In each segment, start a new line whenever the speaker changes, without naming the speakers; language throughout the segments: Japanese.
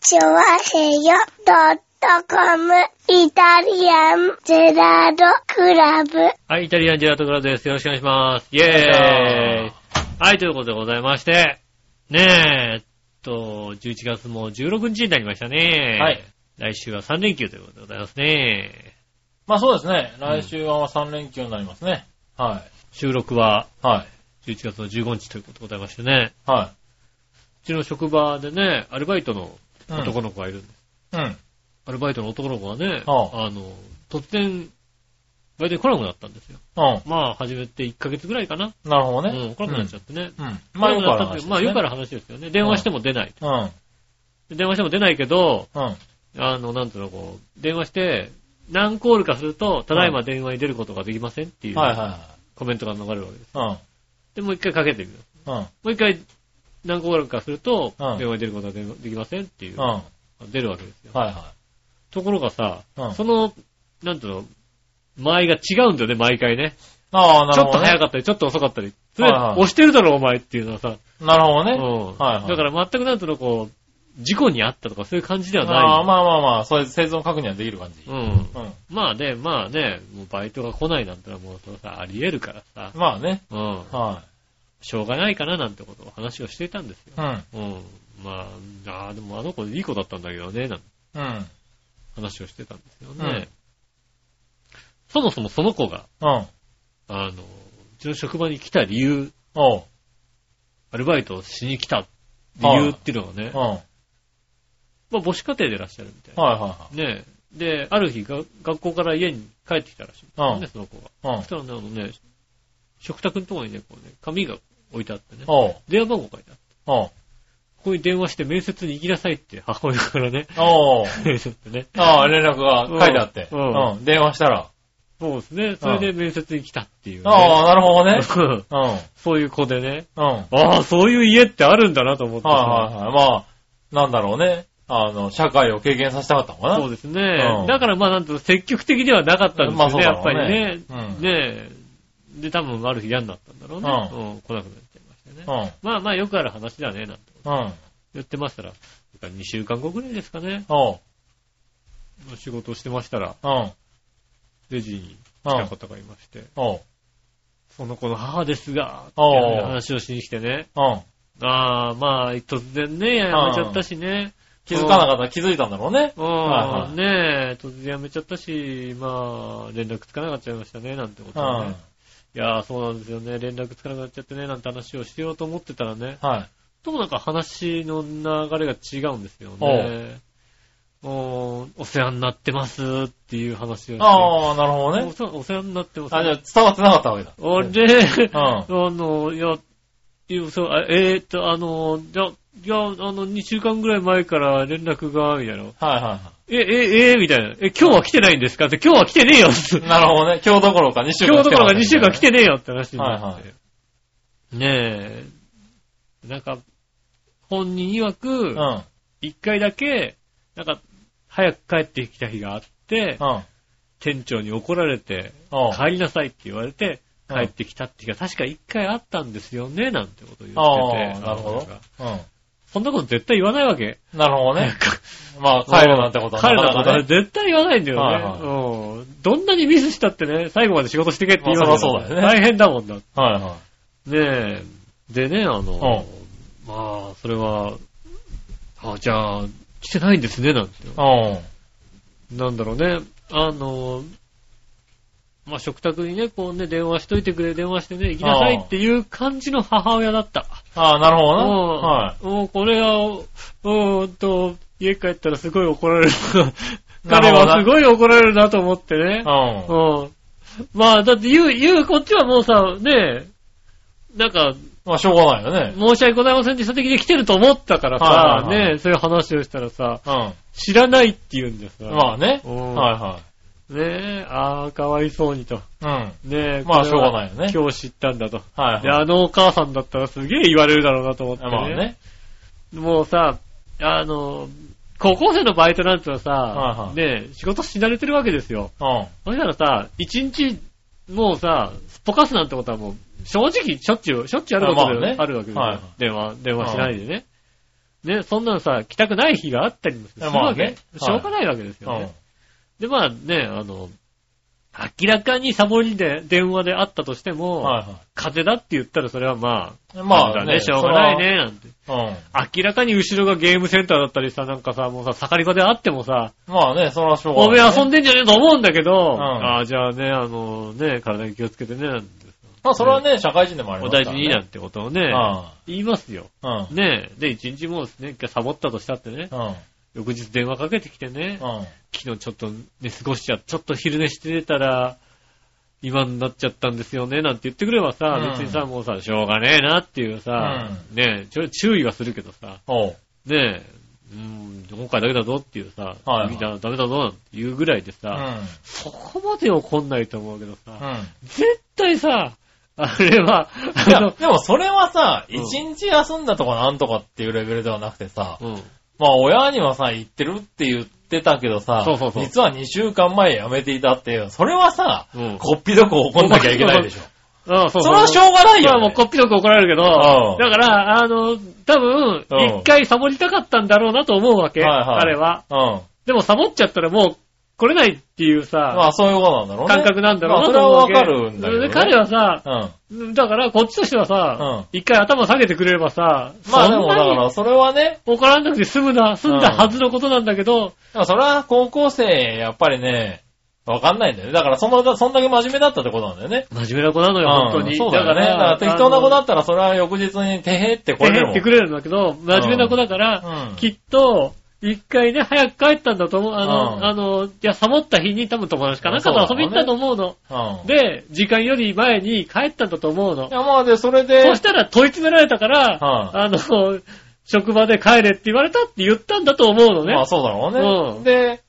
チョワヘヨドットコムイタリアンゼラードクラブ。
はい、イタリアンジェラートクラブです。よろしくお願いします。イェーイ
願いし
はい、ということでございまして、ねえ、えっと、11月も16日になりましたね。
はい。
来週は3連休ということでございますね。
まあそうですね。来週は3連休になりますね。は。
収録はい
はい。
11月の15日ということでございましてね。
は
うちの職場でね、アルバイトの
い。
男の子がいる、
うん。うん。
アルバイトの男の子がね、
あ
あの、突然、バイトに来なくなったんですよ。
う
まあ、始めて1ヶ月ぐらいかな。
ん。なるほどね。
うん、来なくなっちゃってね。
うん。まあよく
来なくなっ
ある
たっ
話
てまあ、よくある話ですよね。電話しても出ない。電話しても出ないけど、
うん。うん。
あの、なんていうの、こう、電話して、何コールかすると、ただいま電話に出ることができませんっていう
はいは
コメントが流れるわけです。
いはい。
で、もう一回かけてみる。
うん。うん。
もう一回、何コールかすると、
うん
電話に出ることができませんっていう、
うん。はい
出るわけですよ。
は
ところがさ、
い。うん。
その、なんていうの、前が違うんだよね、毎回ね。
ああ、な
ちょっ
るほど
と
ね。
早かったり、ちょっと遅かったり。それ、
はいはい
押してるだろ、お前っていうのはさ。
なるほど
う
ね。
ん。
はいはい
だから全くなんていうの、こう、事故にあったとかそういう感じではない。
ああまあまあまあ、そういう生存確認はできる感じ。
うん。
うん。
まあね、まあね、もうバイトが来ないなんてのはもうそれさ、あり得るからさ、
まあね。
うん、
は
しょうがないかななんてことを話をしていたんですよ。
い。うん。
うん。まあ、ああ、でもあの子いい子だったんだけどね、なんて
うん。
話をしてたんですよね。
うん
そもそもその子が、
うん。
あの、うちの職場に来た理由、
おう。
アルバイトをしに来た理由っていうのがね、
うん。はい
まあ母子家庭でいらっしゃるみたいな。
は
ねえで、ある日が、学校から家に帰ってきたらしいんですよね、その
う
子が。
いはい。うん
そ。したらね、あのね、食卓のところにね、こうね、紙が置いてあってね、
おう。
電話番号書いてあって、
おう。
ここに電話して面接に行きなさいって母親からね、
おう。
言ってね。
ああ、連絡が書いてあって。
う
うんん。電話したら。
そうですね、それで面接に来たっていう、ね。
ああ、なるほどね。
うん
うん。
そういう子でね、
うん。はい
ああ、そういう家ってあるんだなと思ってさ
はいはい。まあ、なんだろうね。あの、社会を経験させたかったのかな。
そうですね、
うん
だからまあなんと積極的ではなかったんです
まあ
よ
そう
ね、や
だろ
っ
う
ぱりね
ね。うん
ねえで、多分ある日嫌になったんだろうね。
う
うん、来なくなっちゃいましたね。
うん。
まあまあよくある話だね、なんて
うん。
言ってましたら、2週間後ぐらいですかね。
おう。
仕事をしてましたら、
うん。
レジに
う
来た
ん。
方がいまして、
おう。
その子の母ですが、って
おう
いう話をしに来てね、
うん。
ああ、まあ、突然ね、やめちゃったしね、
気づかなかったら気づいたんだろうね。
うん、
はいはい
ねえ、突然やめちゃったし、まあ、連絡つかなかっちゃいましたね、なんてこ
う
と
ん。
を
は
ね。いやーそうなんですよね、連絡つかなくなっちゃってね、なんて話をしようと思ってたらね、
い。
ともなんか話の流れが違うんですよね。おお世話になってますっていう話をして。
ああ、なるほど
お
ね。
世お世話になってます。
あ、じゃあ伝わってなかったわけだ。
俺、
うん。
あの、いや、いやそうあえー、っと、あの、じゃ、じゃあ、の、2週間ぐらい前から連絡が、みたいな。
はいは
え、え、えーみたいな。え、今日は来てないんですかって、今日は来てねえよ
いはい。なるほどね。今日どころか2週
今
間
日とかが2週間来てねえよって話になっ
はい
て。ねえ、なんか、本人曰
う
く
ん。、うん。
一回だけ、なんか、早く帰ってきた日があって、店長に怒られて、
おう。
帰りなさいって言われて、
うん
帰ってきたっていうか、確か一回あったんですよね、なんてことを言ってて。
ああ、なる
あの
ほ
んか
ど。う
そんなこと絶対言わないわけ。
ん。なるほどね。 まあ、帰るなんてことは
帰るなん
か
てことは
なかね
絶対言わないんだよ
は
ね
いはい
うん。どんなにミスしたってね、最後まで仕事してけって言われ
まあそりゃそうだよね
大変だもんだ。ね
はいは
え。でね、あの、まあ、それは、あ、じゃあ、来てないんですね、なんて。
い。
なんだろうね、あの、まあ、食卓にね、こうね、電話しといてくれ、電話してね、行きなさいっていう感じの母親だった。
うん。ああ、なるほどな。
もう
はい。
もうこれは、うーんと、家帰ったらすごい怒られる。
なる
彼
ほどな
はすごい怒られるなと思ってね
う。ん。
うん。まあ、だって言う、言う、こっちはもうさ、ねえ、なんか、
まあ、しょうがないよね。
申し訳ございませんでした的に来てると思ったからさ、
はいはいはい
ねえ、そういう話をしたらさ、
う
知らないって言うんです
ん。まあね。
うん
は
ねえ、ああ、かわいそうにと。
いはい。うん。
ねえ、
まあ
これは
しょうがないよね
今日知ったんだと。
はい
で、
はい。
あのお母さんだったらすげえ言われるだろうなと思ってね。
まあね。
もうさ、あの、高校生のバイトなんてのはさ、
はいはい
ねえ仕事し慣れてるわけですよ。
うん。
そしたらさ、一日、もうさ、すっぽかすなんてことはもう、正直、しょっちゅう、しょっちゅうあること
まあ
で
ね
あるわけですよ。
はいはい
電話、電話しないでね。ね、そんなのさ、来たくない日があったりもする
ま
わ
あ
け、
ね
しょうがないわけですよね。
うん。
で、まあね、あの、明らかにサボりで電話であったとしても、
はいは
風邪だって言ったらそれはま
い。
あ、
ま
風邪
あ、
だね、しょうがないね、なんて。
それは。
明らかに後ろがゲームセンターだったりさ、なんかさ、もうさ、盛り場であってもさ、
うん。まあね、それはしょうが
おめ
ない、
え
ね。
遊んでんじゃねえと思うんだけど、
ん
ああ、じゃあね、あのね、体に気をつけてね、なんて
まあ、それはね、社会人でもあり
お
ますか
大
ら、ね。
事になんてことをね、言いますよ。
うん。うん。
ねえ、で、一日もですね、一回サボったとしたってね、翌日電話かけてきてね、
うん。うん。
昨日ちょっと寝過ごしちゃっちょっと昼寝してたら、今になっちゃったんですよね、なんて言ってくればさ、
うん
別にさ、もうさ、しょうがねえなっていうさ、ねえ、ちょ注意はするけどさ、
おう。
ねえ、うん、今回だけだぞっていうさ、
はいはい
次だダメだぞなんていうぐらいで
う
さ、
ん。
そこまで怒んないと思うけどさ、
うん。
絶対さ、あれは、あ
いや、
の、
でもそれはさ、
うん
一日休んだとかなんとかっていうレベルではなくてさ、
うん、
まあ親にはさ、言ってるって言ってたけどさ、
そうそうそう
実は2週間前辞めていたっていう、それはさ、
うん。
こっぴどく怒んなきゃいけないでしょ。
ああ そ
それはしょう がない
いや、
よ、
もう
ね。
こっぴどく怒られるけど、
うん
だから、あの、多分、
うん
一回サボりたかったんだろうなと思うわけ、
はいはい
彼は。
うん。
でもサボっちゃったらもう来れないっていう
ま
さ、
あそういうことなんだろうね。
感覚なんだろう
まあ
な
それ
と
は
思うわ
わ
け。
かるんだけど、ね。
で彼はさ、
うん。
だからこっちとしてはさ、一回頭下げてくれればさ、
まあで
そん
も
な
だ
に
から、それはね、
怒らなくて済むな、済んだはずのことなんだけど、
だからそれは高校生、やっぱりね、わかんないんだよね。だからその、そんだけ真面目だったってことなんだよね。
真面目な子なのよ、本当
うん
に。
そうだよね。だから適当な子だ
っ
ったらそれは翌日にてへってこ
て
れ
言
るも
っ
ん。
てくれるんだけど、真面目な子だから、
うん。
きっと、一回ね、早く帰ったんだと思う。あの、
うん
あの、いや、サボった日に多分友達かなんか
そう
と
だろ
遊
う
びに行
ね
ったと思うの。
うん。で、
で、時間より前に帰ったんだと思うの
い。やまあで、それで、
そしたら問い詰められたから、
うん
あの、職場で帰れって言われたって言ったんだと思うのね。
まあそうだろうね。
うん
で、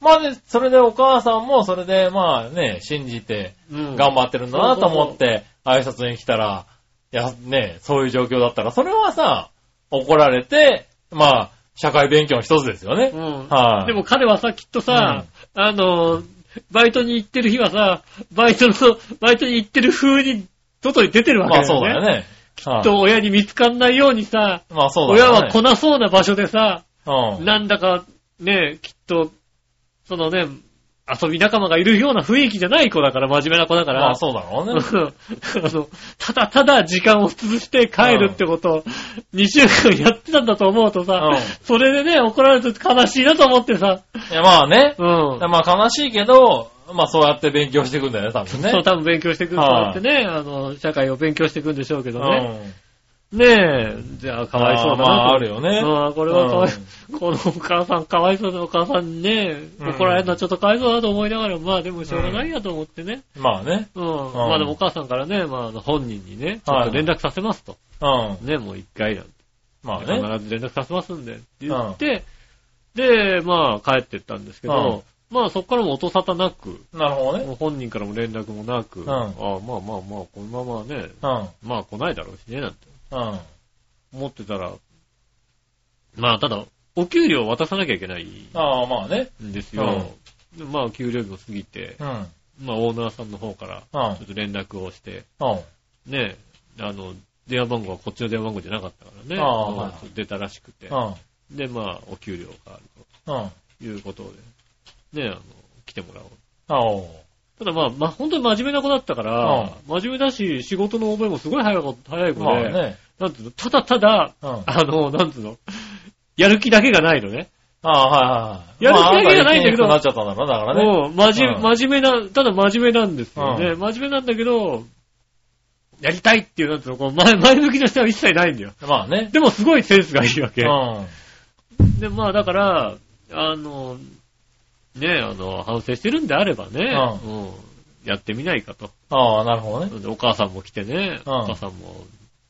まあで、それでお母さんもそれで、まあね、信じて、
うん
頑張ってるんだなと思って、挨拶に来たら、いや、ね、そういう状況だったら、それはさ、怒られて、まあ、社会勉強の一つですよね。
うん
はい
でも彼はさ、きっとさ、あの、バイトに行ってる日はさ、バイトの、バイトに行ってる風に、外に出てるわけ
ま
だ
あそう
よね。
だよね。き
きっと親に見つかんないようにさ、
まあそうだ
親
よ
は
ね。
来なそうな場所でさ、
はうん。
なんだかね、きっと、そのね、遊び仲間がいるような雰囲気じゃない子だから、真面目な子だから。
まあそうだろ うね。
うんあのただただ時間を潰して帰るってことを2週間やってたんだと思うとさ、
うん
それでね、怒られると悲しいなと思ってさ、
いや、まあね。
うん。
まあ悲しいけど、まあそうやって勉強していくんだよね、多分ね。
そう、多分勉強してくると
は
だ
い
ってね、あの、社会を勉強していくんでしょうけどね。
うん。
ねえ、じゃあかわいそうだなと。
まああるよね。
うん、これはかわい、このお母さんかわいそうだ、お母さんにね、
うん
怒られるのはちょっとかわいそうだと思いながら、まあでもしょうがないやと思ってね。
まあね。
うん。
ん
まあでもお母さんからね、まああの本人にね、ちょっと連絡させますと。
うん。
ね、もう一回なんて。
まあね。
必ず連絡させますんで、って言って、で、まあ帰ってったんですけど、まあそこからも音沙汰なく、
なるほどね。
もう本人からも連絡もなく、
ん
ああまあまあまあ、このままね、
うん。
まあ来ないだろうしね、なんて
うん。
思ってたら、まあただ、お給料を渡さなきゃいけない
ああ、まあね。
んですよ。でまあ給料日も過ぎて、
うん。うん。
まあオーナーさんの方から、
うん
ちょっと連絡をして、
うん。
ね、あの、電話番号はこっちの電話番号じゃなかったからね、
ああ
うん
はい
ちょっと出たらしくて、
うん。
でまあお給料がある
うん。
ということで、ね、あの、来てもらおう。
おう。
ただまあ、まあ、本当に真面目な子だったから、真面目だし、仕事の覚えもすごい早い子早い子で、
まあね。
なんつうの、ただただ、
うん。
あの、なんつうの、やる気だけがないのね。
ああ、はいはいはい。
やる気だけじゃないんだけど
まああなた生きにくくなっちゃったんだろうな、だから
う
ね。
ん、真面
う
目、
ん
真面目な、ただ真面目なんですよね。
う
真面目なんだけど、やりたいっていう、なんつうの、こう前、前向きな人は一切ないんだよ。
まあね。
でもすごいセンスがいいわけ
う。ん。
で、まあだから、あの、ね、あの、反省してるんであればね、
う
うんやってみないかと。
ああ、なるほどね。
でお母さんも来てね、
うん
お母さんも、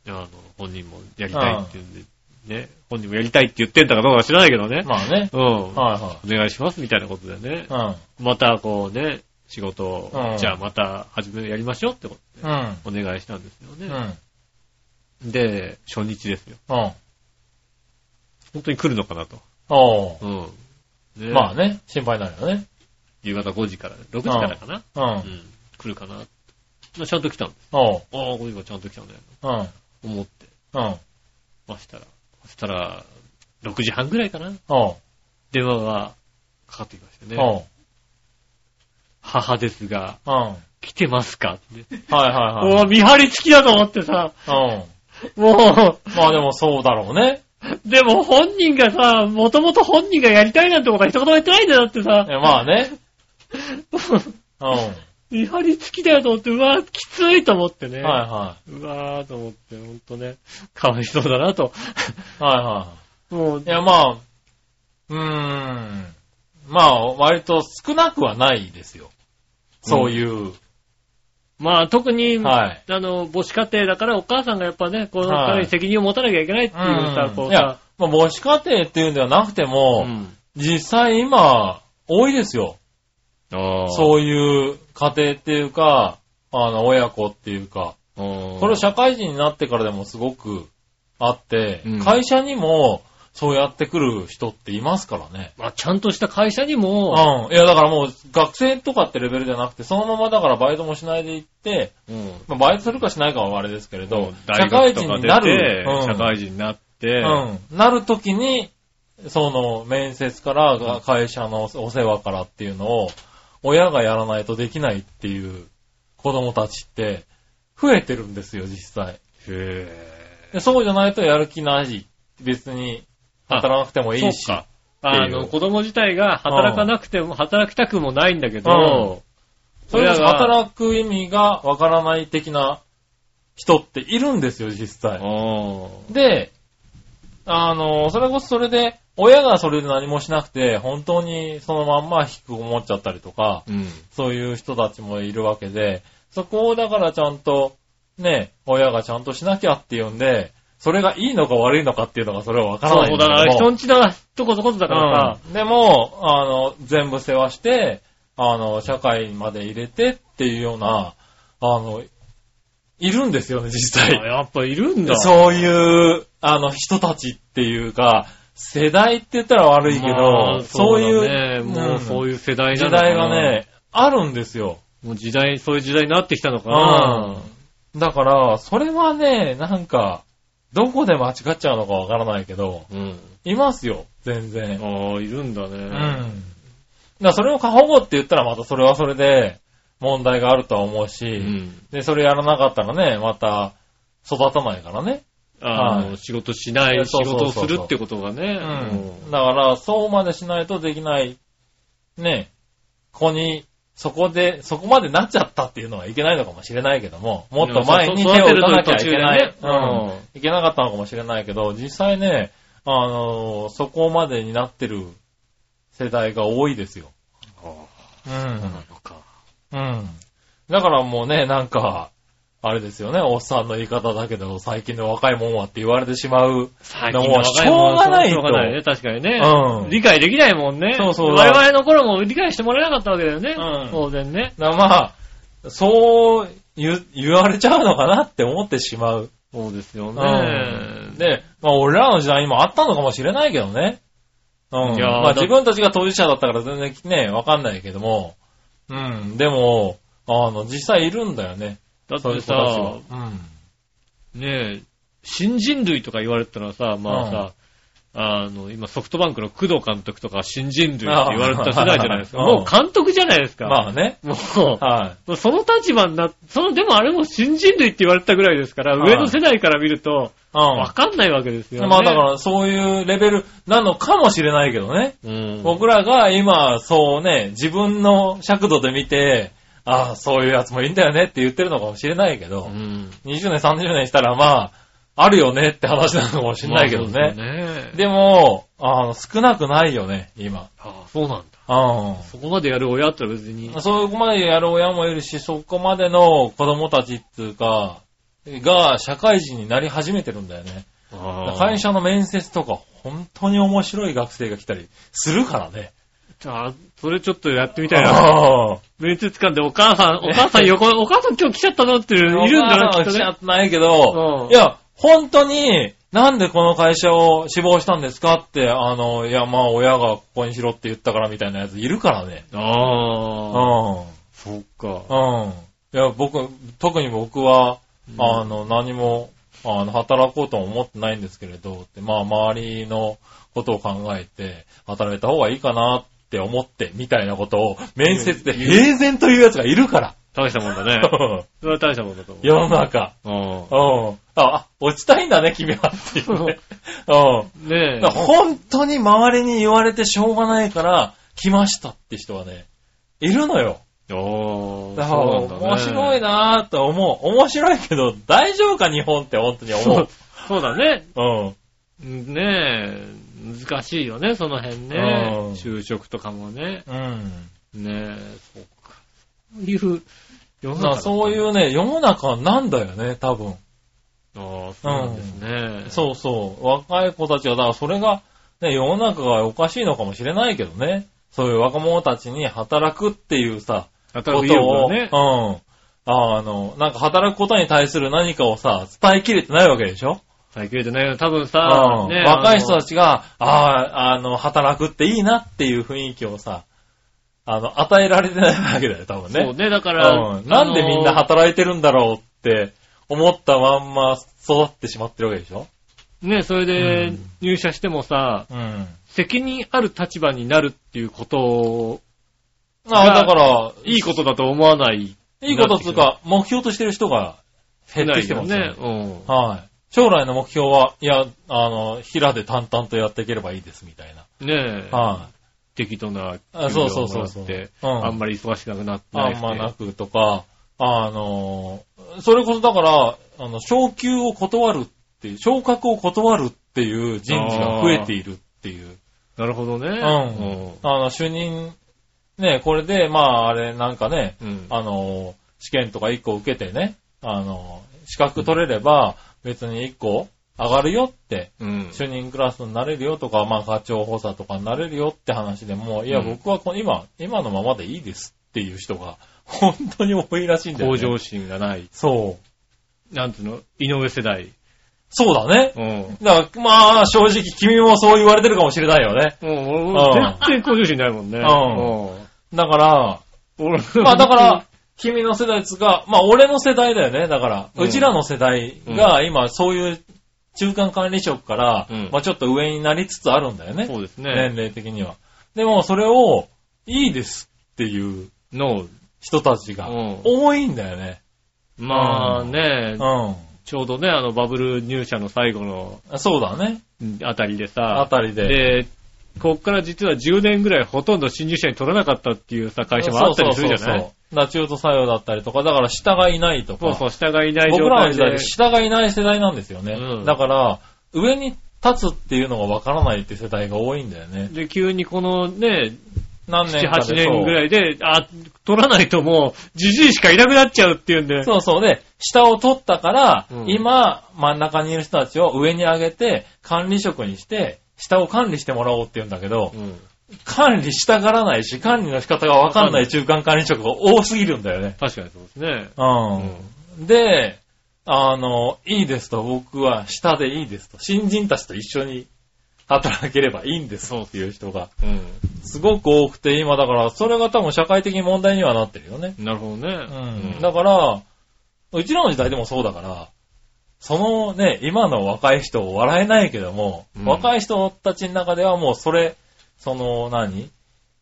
あの、本人もやりたいって言うんで、ね、本人もやりたいって言ってんだかどうか知らないけどね、
まあね。
うん、
はいは
お願いしますみたいなことでね
い。、うん。
またこうね、仕事を、
うん
じゃあまた始めやりましょうってこ
うん。
とでお願いしたんですよ
う
ね。
ん。
で、初日ですよ。
うん。
本当に来るのかなと。
おう。
うん。ね
まあね、心配になるよね。
夕方5時から、6時からかな。
う。
うんん。来るかな。まあちゃんと来たんです。
おう。
ああ、5時からちゃんと来たんだよ。
うん。
思って
うん。
ましたら。そしたら、 6時半ぐらいかな
うん。
電話がかかってきました
う
ね。
ん。
母ですが、
うん。はい
来てますかって。
はい
もう見張り付きだと思ってさ、
はい。
も
うん。まあでもそうだろうね。
う、でも本人がさ、もともと本人がやりたいなんてことは一言も言ってないんだよだって
え
さ、
まあね。うん。は
見張り付きだよと思って、うわ、きついと思って
い
ね。
は
うわーと思って、ほんとね、かわいそうだなと。
い。はいは
もう
い。い、やまあ、うーん。まあ、割と少なくはないですよ。そういう。
まあ特に、
はい。
あの、母子家庭だからお母さんがやっぱね、この
はい
彼に責任を持たなきゃいけないっていうさ、こ
いうや
さ、、
まあ母子家庭っていうんではなくて
う
も、
ん。
実際今、多いですよ。
う。
そういう家庭っていうか、あの、親子っていうか、
こ
これ社会人になってからでもすごくあって、
うん
会社にもそうやってくる人っていますからね。
まあ、ちゃんとした会社にも、
うん。いや、だからもう学生とかってレベルじゃなくて、そのままだからバイトもしないで行って、
うん
まあ、バイトするかしないかはあれですけれど、
大
社
学
会
と
人
か
に
出
な
て
る、うん
社会人になって、
うん。なるときに、その、面接からが、会社のお世話からっていうのを、親がやらないとできないっていう子供たちって、増えてるんですよ、実際。
へ
でそうじゃないとやる気ない。別に、働かなくてもい
そう
いし。
か。あ
ってい
の、
う
子供自体が働かなくても、働きたくもないんだけど、
それこそ
親が
働く意味がわからない的な人っているんですよ、実際。
う
で、あの、それこそそれで、親がそれで何もしなくて、本当にそのまんま引く思っちゃったりとか、
ん。
そういう人たちもいるわけで、そこをだからちゃんと、ね、親がちゃんとしなきゃっていうんで、それがいいのか悪いのかっていうのがそれはわからない
そ
ん
う、だか
け
ら
ども
人んちだ、とこそこそだからさ、
うんでも、あの、全部世話して、あの、社会まで入れてっていうような、あの、いるんですよね、実
あ
際。
やっぱいるんだ。
そういう、あの、人たちっていうか、世代って言ったら悪いけど、
まあ
そう
だね
いう、
もうそう
い
いう世代な
時
のかな
代がね、あるんですよ。
もう時代、そういう時代になってきたのかな。
うん。だから、それはね、なんか、どこで間違っちゃうのかわからないけど、
うん。
いますよ、全然。
ああ、いるんだね。
うん。だからそれを過保護って言ったらまたそれはそれで問題があるとは思うし、
うん。
で、それやらなかったらね、また育たないからね。
あ
は
の、仕事しない、仕
そうそ
事
うそ
を
うそ
す
う
るってことがね。
うん。だから、そうまでしないとできない、ね、子に、そこで、そこまでなっちゃったっていうのはいけないのかもしれないけども、もっと前に手を打たなきゃい
でも。そう育てる途中
けないう
でね
ん。いけなかったのかもしれないけど、実際ね、あのーそこまでになってる世代が多いですよ。
あ
う
あ、なんの。か。
うん。だからもうね、なんか、あれですよね、おっさんの言い方だけど、最近の若いもんはって言われてしまう。
最近
近の若いもんは
しょうがないね、確かにね。
うん
理解できないもんね。
そうそう
我々の頃も理解してもらえなかったわけだよね。
うん
当然ね。
だまあ、そう言言われちゃうのかなって思ってしまう。
そうですよね。
うんで、まあ俺らの時代にもあったのかもしれないけどね。うん。
いやー
まあ
だ
自分たちが当事者だったから全然ね、わかんないけども。うん。でも、あの、実際いるんだよね。
だっ
そうい
て
う子たち
さ
は、。うん。
ねえ、新人類とか言われたらさ、まあさ、あの、今ソフトバンクの工藤監督とか新人類って言われた世代じゃないですか。
ああ
もう監督じゃないですか。
まあね。
も
は
う、その立場にな、その、でもあれも新人類って言われたぐらいですから、
はい
上の世代から見ると、
い。うん
わ。かんないわけですよね。
まあだか、らそういうレベルなのかもしれないけどね。
うん。
僕らが今、そうね、自分の尺度で見て、ああ、そういうやつもいいんだよねって言ってるのかもしれないけど、
うん。
20年、30年したらまあ、あるよねって話なのかもしれないけど
まあそうで
ね。
すよね。
でも、あの、少なくないよね、今。
ああ、そうなんだ。
う
そこまでやる親って別に。
ん。そこまでやる親もいるし、そこまでの子供たちっていうか、が社会人になり始めてるんだよね。
ああ
会社の面接とか、本当に面白い学生が来たりするからね。
あそれちょっとやってみ
み
たいな。
な。
面接官でお母さん、お母さん横、お母さん今日来ちゃったのっていう、いるんだな、きっと
来ちゃ
ね。
ってないけど、
うん
いや、本当に、なんでこの会社を志望したんですかって、あの、いや、まあ、親がここにしろって言ったからみたいなやついるからね。う
ああ、
ん。
そっか。
うん。いや、僕、特に僕は、
うん
あの、何もあの、働こうとも思ってないんですけれど、ってまあ、周りのことを考えて、働いた方がいいかなって思って、みたいなことを、面接で平然というやつがいるから。
大したもんだね。それは大したもんだと思う。
世の中。
う
うん。あ、落ちたいんだね、君は。っていうね。うん。
ん。ねえ
だから。本当に周りに言われてしょうがないから、来ましたって人はね、いるのよ。
おー
だから、
そうなんだね
面白いなぁと思う。面白いけど、大丈夫か、日本って本当に
そ
思
うそうだね。
う。
ねえ、難しいよね、その辺
うん
ね。就職とかもね。
うん。うん。
ねえ、そうか。そういう、世の中だ
だから
った
そうい。うね、世の中なんだよね、多分。
ああ、そうなんですね。
そうそう。若い子たちは、だからそれが、ね、世の中がおかしいのかもしれないけどね。そういう若者たちに働くっていうさ、
働く意
こ
欲
とを、
がね
う。ん。あの、なんか働くことに対する何かをさ、伝えきれてないわけでしょ
耐えきれてないよ。多分
う
さ、
ん
ねえ
若い人た
あ
ちが、ああ、あの、働くっていいなっていう雰囲気をさ、あの、与えられてないわけだよ、多分
の
ね。
そうね、だから、
うん。なんでみんな
あの
働いてるんだろうって思ったまんま育ってしまってるわけでしょ
ね、それ
う
で
ん
入社してもさ、
うん。
責任ある立場になるっていうことを、
ああ、だから、
いいことだと思わない。
いいことっつうか、目標としてる人が減ってきてますよ
ね。うん。
はい。将来の目標は、いや、あの、平で淡々とやっていければいいです、みたいな。
ねえ、
は
適当な
あそうそうそうそう
給料をもらって
うん
あんまり忙しくなくなっ
い。
て
あ
い
んまなくとか、あの、それこそだから、あの、昇給を断るっていう、昇格を断るっていう人事が増えているっていう。
なるほどね。
うん。あの、主任、ね、これで、まあ、あれ、なんかね、
うん。うん。
あの、試験とか1個受けてね、あの、資格取れれば、別に1個上がるよって、
うん。
主任クラスになれるよとか、まあ課長補佐とかになれるよって話でも、いや、
うん
僕はこ今、今のままでいいですっていう人が、本当に多いらしいんだよ
向
ね。
上心がない。
そう。
なんつうの井上世代。
そうだね。
うん。
だから、まあ、正直君もそう言われてるかもしれないよね。
うん
うん
全然向上心ないもんね。
うだから、
うん。俺
まあだから、、君の世代つが、まあ俺の世代だよね。だから、
うん
うちらの世代が今そういう中間管理職から、
うん
まあちょっと上になりつつあるんだよね。
そうです
年
ね。
齢的には。でもそれを、いいですっていう
の、
人たちが
うん
多いんだよね。
まあ
う
ね、
ん。
ちょうどね、あのバブル入社の最後の
そうだね。
あたりで
あ
さ、
たりで。
で、こっから実は10年ぐらいほとんど新入社に取らなかったっていうさ、会社もあったりするじゃ
そうそう
な
そう
い
だから中途採用だったりとか、だから下がいないとか。
そうそう、下がいない状態で。
僕らの時代、下がいない世代なんですよね。
うん
だから、上に立つっていうのがわからないって世代が多いんだよね。
で、急にこのね、
何年
7、
かで。
8年ぐ
い。
らいで、あ、取らないともう、じじいしかいなくなっちゃうっていうんで。
そうそう。で、下を取ったから、
うん
今、真ん中にいる人たちを上に上げて、管理職にして、下を管理してもらおうって言うんだけど、
うん。
管理したがらないし、管理の仕方がわかんない中間管理職が多すぎるんだよね。
確かにそうですね。
うん。で、あの、いいですと、僕は下でいいですと、新人たちと一緒に働ければいいんですっていう人が、
うん。
すごく多くて、今だから、それが多分社会的に問題にはなってるよね。
なるほどね。
うん。
だ
だ
か
から、うちらの時代でもそうだから、そのね、今の若い人を笑えないけども、
うん
若い人たちの中ではもうそれ、その何、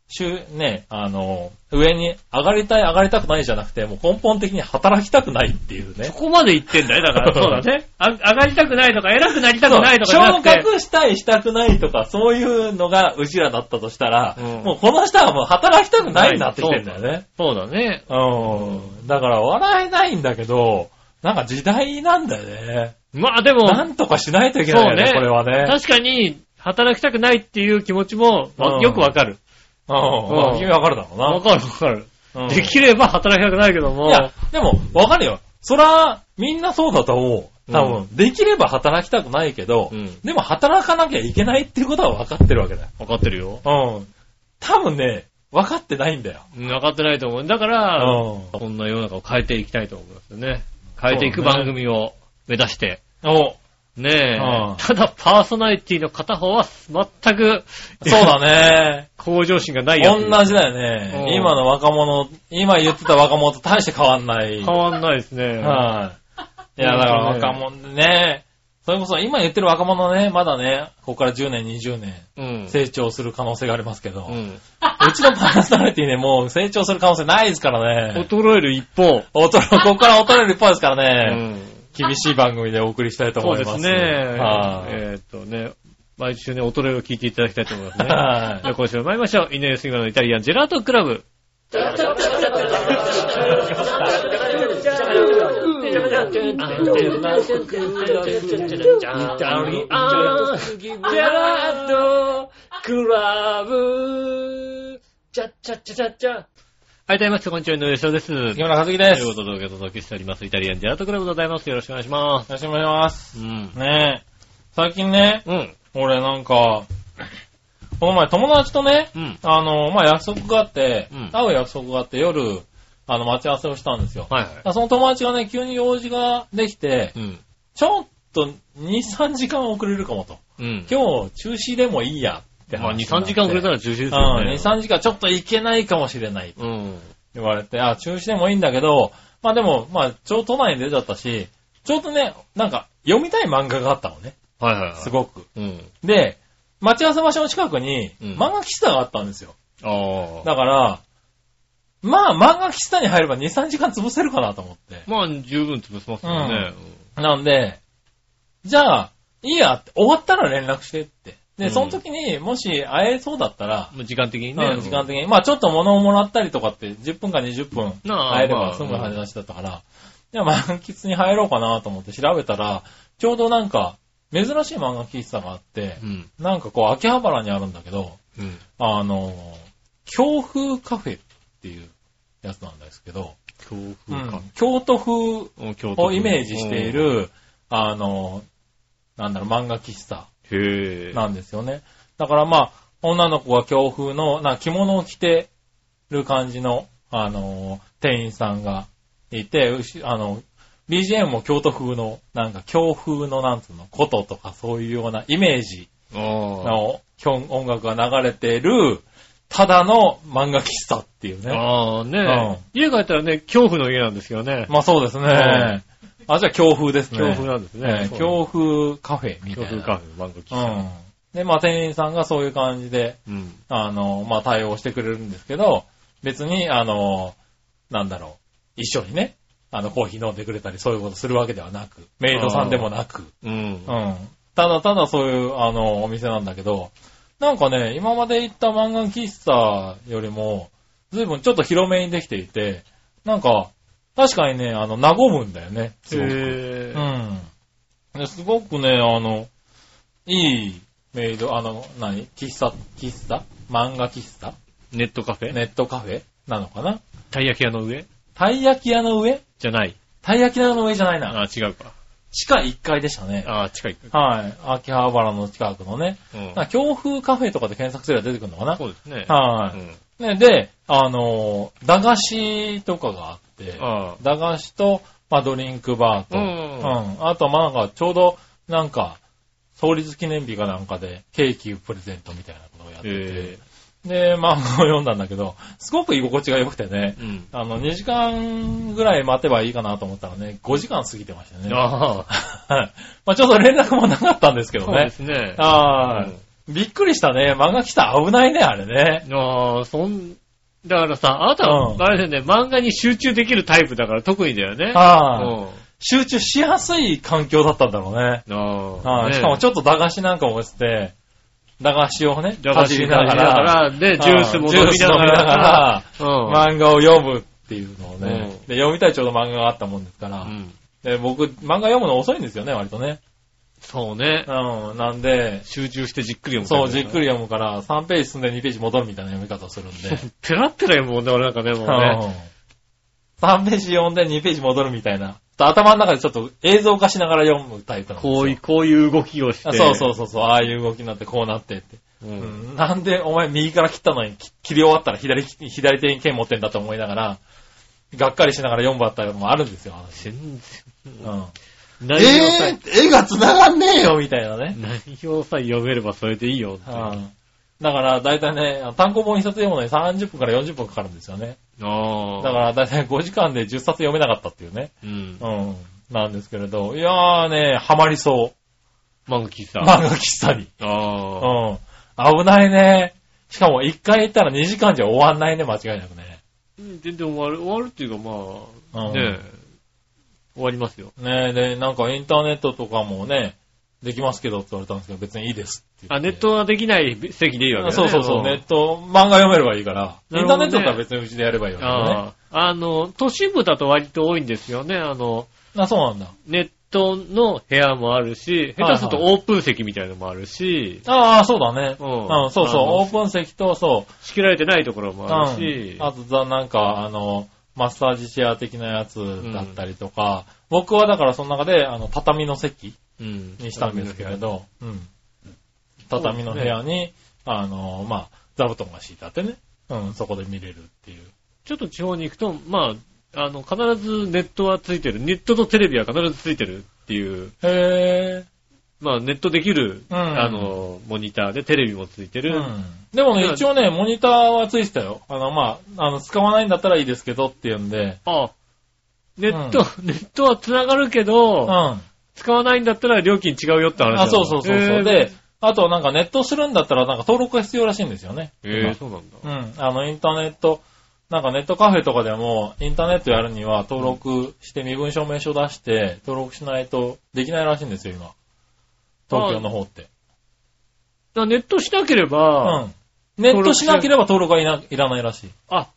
しゅね、あの、上に上がりたい、上がりたくないじゃなくて、もう根本的に働きたくないっていう
ら、
ね
こ。こまで行ってんだよ。だ から、そうだね。あ上がりたくないとか、偉くなりたくないとかじゃな
昇
くて。
格したい、したくないとか、そういうのがうちらだったとしたら、
うん
もうこの人はもう働きたくないなってきてんだよね。
そうだね。
うん。だから笑えないんだけど、なんか時代なんだよね。
まあでも、
なんとかしないといけないよね、
そうね
これはね。
確かに、働きたくないっていう気持ちも、わ
うん
よくわかる。
うん。
うん
君わかるだろう
わ
な。
かるわかる。
うん
できれば働きたくないけども。
いや、でも、わかるよ。そら、みんなそうだと思う。多分、
う
できれば働きたくないけど、
うん
でも働かなきゃいけないっていうことは分かってるわけだよ。
わかってるよ。
うん。多分ね、分かってないんだよ。
うん分かってないと思う。だから、
うん
こんな世の中を変えていきたいと思いますよね。変えていく番組を目指して。
お
ねえ、
うん
ただパーソナリティの片方は全く、
そうだ ね。
向上心がないや
同
つ。
じだよ
うん
ね。今の若者、今言ってた若者と大して変わんない。
変わんないですね。
はい。いや、だから若者でね、それこそ今言ってる若者ね、まだね、ここから10年、20年、
うん。
成長する可能性がありますけど、
う。
うんちのパーソナリティね、もう成長する可能性ないですからね。
衰える一方。
衰え、ここから衰える一方ですか
う
らね、
ん。
厳しい番組でお送りしたいと
そ
思
うで
います。
すね。
はい、
えーっとね、毎週ね、衰えを聞いていただきたいと思いますね。
はい
じゃあ今週も参りましょう。井上杉村のイタリアンジェラートクラブ。はい、どうもこんにちは、井上翔です。
木村和樹です。
という
よ
ことでお届けしております。イタリアンジェラートクラブでございます。よろしくお願いします。
ろしくお願いします。
うん。
ねえ。最近ね、
うん。
俺なんか、この前友達とね、
うん。
あの、まあ、約束があって、
うん
会う約束があって夜、あの、待ち合わせをしたんですよ。
はいは
その友達がね、急に用事ができて
い。、うん。
ちょっと2、3時間遅れるかもと。
うん。
今日、中止でもいいやって
まあ、2、
話にな
3
って
時間遅れた
ら
ら中止ですよ
うん、
ね。
2、3時間ちょっと行けないかもしれない。
うん。
言われて、あ、中止でもいいんだけど、まあでも、まあ、ちょうど都内に出ちゃったし、ちょうどね、なんか、読みたい漫画があったのね。
はいはいはい。
すごく。
うん。
で、待ち合わせ場所の近くに、
うん
漫画喫茶があったんですよ。
ああ。
だから、まあ、漫画喫茶に入れば2、3時間潰せるかなと思って。
まあ、十分潰せますよね。
なんで、じゃあ、いいやって、終わったら連絡してって。
う
で、
ん
その時に、もし会えそうだったら、
うん時間的に
まあ
ね。
時間的に、まあちょっと物をもらったりとかって、10分か20分
なあ
会えれ
まあ
ば済む話だったから、じゃあ満喫に入ろうかなと思って調べたら、ちょうどなんか、珍しい漫画喫茶があって、
うん。
なんかこう、秋葉原にあるんだけど、
うん。
あの、京風カフェっていうやつなんですけど、
強
う
風
ん
か。
京都風
うん京都
を
風
イメージしてい。る、あの、なんだろう、漫画喫茶
うんへえ。
なんですよね。だからまあ、女の子が京風の、なんか着物を着てる感じの、あの、店員さんがいて、うしあの、BGM も京都風の、なんか京風の、なんつうの、琴とかそういうようなイメージ
あ
のきょん音楽が流れてる、ただの漫画喫茶っていう
あ。
ね。
ああ、ね家帰ったらね、恐怖の家なんですよね。
まあそうですね。あ、じゃあ京風ですね。
恐怖なんですね
ね。強風カフェみた
強
いな。
風カフェ、漫画喫
う
茶。
ん。で、まあ店員さんがそういう感じで、
うん。
あの、まあ対応してくれるんですけど、別に、あの、なんだろう、一緒にね、あの、コーヒー飲んでくれたり、そういうことするわけではなく、メイドさんでもなく、
うん
う。ん。ただただそういう、あの、お店なんだけど、なんかね、今まで行った漫画喫茶よりも、随分ちょっと広めにできていて、なんか、確かにね、あの、和むんだよね、すごく。
へえ。
うん。ですごくね、あの、いいメイド、あの、何喫茶、喫茶漫画喫茶
ネットカフェ
ネットカフェなのかな
たい焼き屋の上
たい焼き屋の上
じゃない。
たい焼き屋の上じゃないな。
ああ、違うか。
地下1階でしたね。
ああ、近い。
はい。秋葉原の近くのね。
うん
なんか強風カフェとかで検索すれば出てくるのかな
そうですね。
は
う
い、
ん
ね。で、あのー、駄菓子とかがあって、
あ
駄菓子と、まあ、ドリンクバーと、
うん
うんあと、まあ、なんか、ちょうど、なんか、創立記念日かなんかで、ケーキプレゼントみたいなことをやっ
あ。
て
へ
て、で、漫画を読んだんだけど、すごく居心地が良くてね
え。、うん。
あの、2時間ぐらい待てばいいかなと思ったらね、5時間過ぎてましたね。はい。
ああ。
まあ、ちょっと連絡もなかったんですけど
そうで
ね。
すね。
はい、びっくりしたね。漫画来た危ないね、あれね。
ああ、そん、だからさ、あなたは
う、ん
あれだよね、漫画に集中できるタイプだから特にだよね。
はい、
うん
集中しやすい環境だったんだろうね。
ああ
はい、
ね
しかもちょっと駄菓子なんかもしてて、駄菓子をね、
じゃがしながら、で、
か
ジュースも飲みながら、
ジュース飲みながら漫画を読むっていうのをね、
うん
で読みたいちょうど漫画があったもんですから、
うんうん。
で僕、漫画読むの遅いんですよね、割とね。
そうね
う。ん、なんで、
集中してじっくり読むタイ
そ
プ
う、
だ
じ
よね。
っくり読むから、3ページ進んで2ページ戻るみたいな読み方をするんで、
ペラッペラ読むもんね、俺なんかね、もうね。
うん3ページ読んで2ページ戻るみたいな。頭の中でちょっと映像化しながら読むタイプなんですよ。
こういう、こういう動きをして。
あそうそうそうそう、ああいう動きになってこうなってって。
う。
うんんなんでお前右から切ったのにき切り終わったら左き、左手に剣持ってんだと思いながら、がっかりしながら4番あったりもあるんですよ、私。
全然、
うん。
内容さえ、
絵が繋がんねえよみたいなね。
内容さえ読めればそれでいいよって。
うん。だから、だいたいね、単行本一冊読むのに30分から40分かかるんですよね。
ああ。
だから、だいたい5時間で10冊読めなかったっていうね。
うん
う。ん。なんですけれど、いやーね、ハマりそ
漫画喫
う。
茶。
漫画喫茶に。う
ああ。
ん。危ないね。しかも一回行ったら2時間じゃ終わんないね、間違いなくね。
全然終わる、終わるっていうかま
う
あ、
ん
ねえ、終わりますよ。
ねえ、で、なんかインターネットとかもね、できますけどって言われたんですけど、別にいいですって言
あ、
って
ネットはできない席でいいわけ
あ
だね。
そうそうそう、
ん
ネット、漫画読めればいいから、イ
な
ン
る
ター
ほ
ネ
どね
ットとは別にうちでやればいいわけだね
あああの、都市部だと割と多いんですよね。あの、。
あ、そうなんだ。
ネットの部屋もあるし、下手すると
はい
オープン席みたいのもあるし、
ああ、そうだね。
うん
うん、そうそう
あ、の
オープン席と、そう、
仕切られてないところもあるし
うん、あとザ、なんか、あの、マッサージチェア的なやつだったりとか、僕はだからその中で、あの、畳の席
うん
にしたんですけれ。ど、うん。畳の部屋に、あの、まあ、座布団が敷いてあってね、うん、そこで見れるっていう。
ちょっと地方に行くと、まあ、あの、必ずネットはついてる。ネットとテレビは必ずついてるっていう、
へ
まあ、ネットできる、
うん
あの、モニターでテレビもついて
ぇ
る。
うん。でもね、一応ね、モニターはついてたよ。あの、まあ、あの、使わないんだったらいいですけどっていうんで、
あ、ネット、ネットは繋がるけど、
うん。あ、
使わないんだったら料金違うよって話なの
そうそうそう
へ
そう。
ー
で、あとはなんかネットするんだったらなんか登録が必要らしいんですよね。
ええそうなんだ。
うん。あの、インターネット、なんかネットカフェとかでも、インターネットやるには登録して身分証明書出して、登録しないとできないらしいんですよ、今。東京の方って。
だからネットしなけれ
う
ば、
ん。ネットしなければ登録はいないらないらしい。
あ、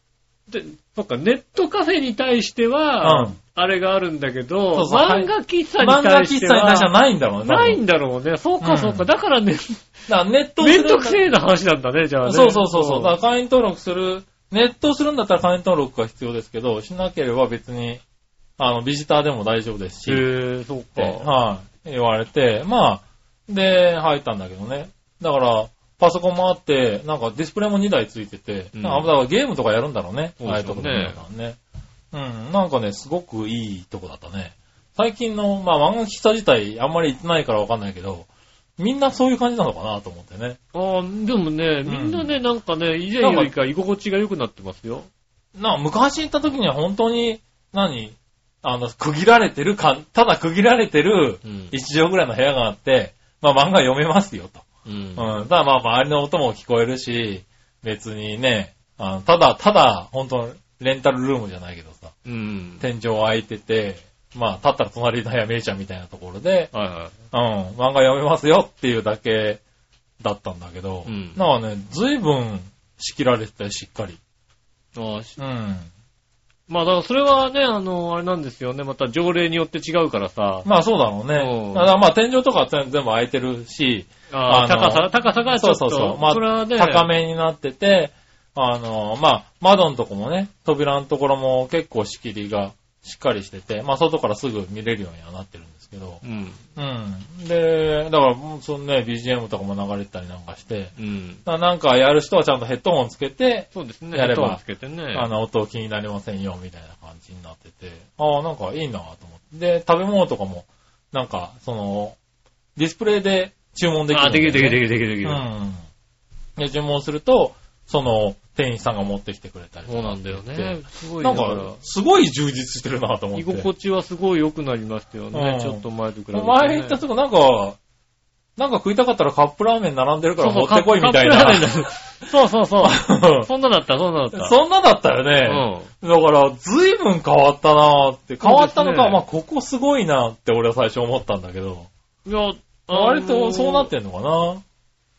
で、そっか、ネットカフェに対しては、
うん
あれがあるんだけど、
そうそう
漫画喫茶
漫
に
画
対
喫
して
茶に
は、
対してはないんだろうね。多分
ないんだろうね。そう
うん
か、そうか。だからね、
だからネットをす
め
る
ん
んだ
どくせえな話なんだね、じゃあね。
そうそうそうそう。だか
ん
ら会員登録する、ネットするんだったら会員登録が必要ですけど、しなければ別に、あの、ビジターでも大丈夫ですし。
へえ、そう
って、
か。
はい、言われて、まあ、で、入ったんだけどね。だから、パソコンもあって、なんかディスプレイも2台ついてて、
うん
なんかだからゲームとかやるんだろうね。
そう
ああい
でし
うと
ょ
こ
う
で
ね
見たらね。うん、なんかね、すごくいいとこだったね。最近の、まあ漫画喫茶自体あんまり行ってないからわかんないけど、みんなそういう感じなのかなと思ってね。
ああ、でもね、みんなね、なんかね、以前よりか居心地が良くなってますよ。
な、昔行った時には本当に、何あの、区切られてるか、ただ区切られてる
うん
1畳ぐらいの部屋があって、まあ漫画読めますよと。
うん
うん。ただまあ周りの音も聞こえるし、別にね、あのただ、ただ、本当レンタルルームじゃないけどさ、
うん。
天井開いてて、まあ立ったら隣の部屋めいちゃんみたいなところで、
はいは
うん、漫画読めますよっていうだけだったんだけど、
うん
なんかね、随分仕切られてたよ、しっかり。
い。ああ、し
うん。
まあだからそれはね、あの、あれなんですよね。また条例によって違うからさ。
まあそうだろう
う
ね。
ん
だからまあ天井とかは全部開いてるし、
あ
あ
あ
の
高さ、高さがちょっと、
そうそうそう。まあ、
それはね、
高めになってて、あの、まあ、窓のとこもね、扉のところも結構仕切りがしっかりしてて、まあ、外からすぐ見れるようにはなってるんですけど
う、ん。
うん。で、だから、もうそのね、BGM とかも流れてたりなんかして、
うん。
だからなんかやる人はちゃんとヘッドホンつけて、
そうですね。
やれ
ヘ
ば
ッドホンつけてね。
あの、音気になりませんよ、みたいな感じになってて、ああ、なんかいいなぁと思って。で、食べ物とかも、なんか、その、ディスプレイで注文できるんだ
あ、
よ
できるできる
ね、
できるできるできる。
うん。で、注文すると、その、店員さんが持ってきてくれたりと
そう
か
な
っ
ん
て
だ
言
よ
っ
ね。
て。
すごい
な
だ
ん
から。
か、すごい充実してるなと思っ
居
て。
心地はすごい良くなりましたよね。
うん
ちょっと前と比べて、ね。
前行ったとこなんか、なんか食いたかったらカップラーメン並んでるから
そう
持っ
そう
てこいみたい
カップラーメンだ
な。
そうそう そう。そんなだった、そんなだった。
そんなだったよね。
う
だから、随分変わったなって。変わったの
そうで
か、
すね
まあ、ここすごいなって俺は最初思ったんだけど。
ん。いや、あのー
割とそうなってんのか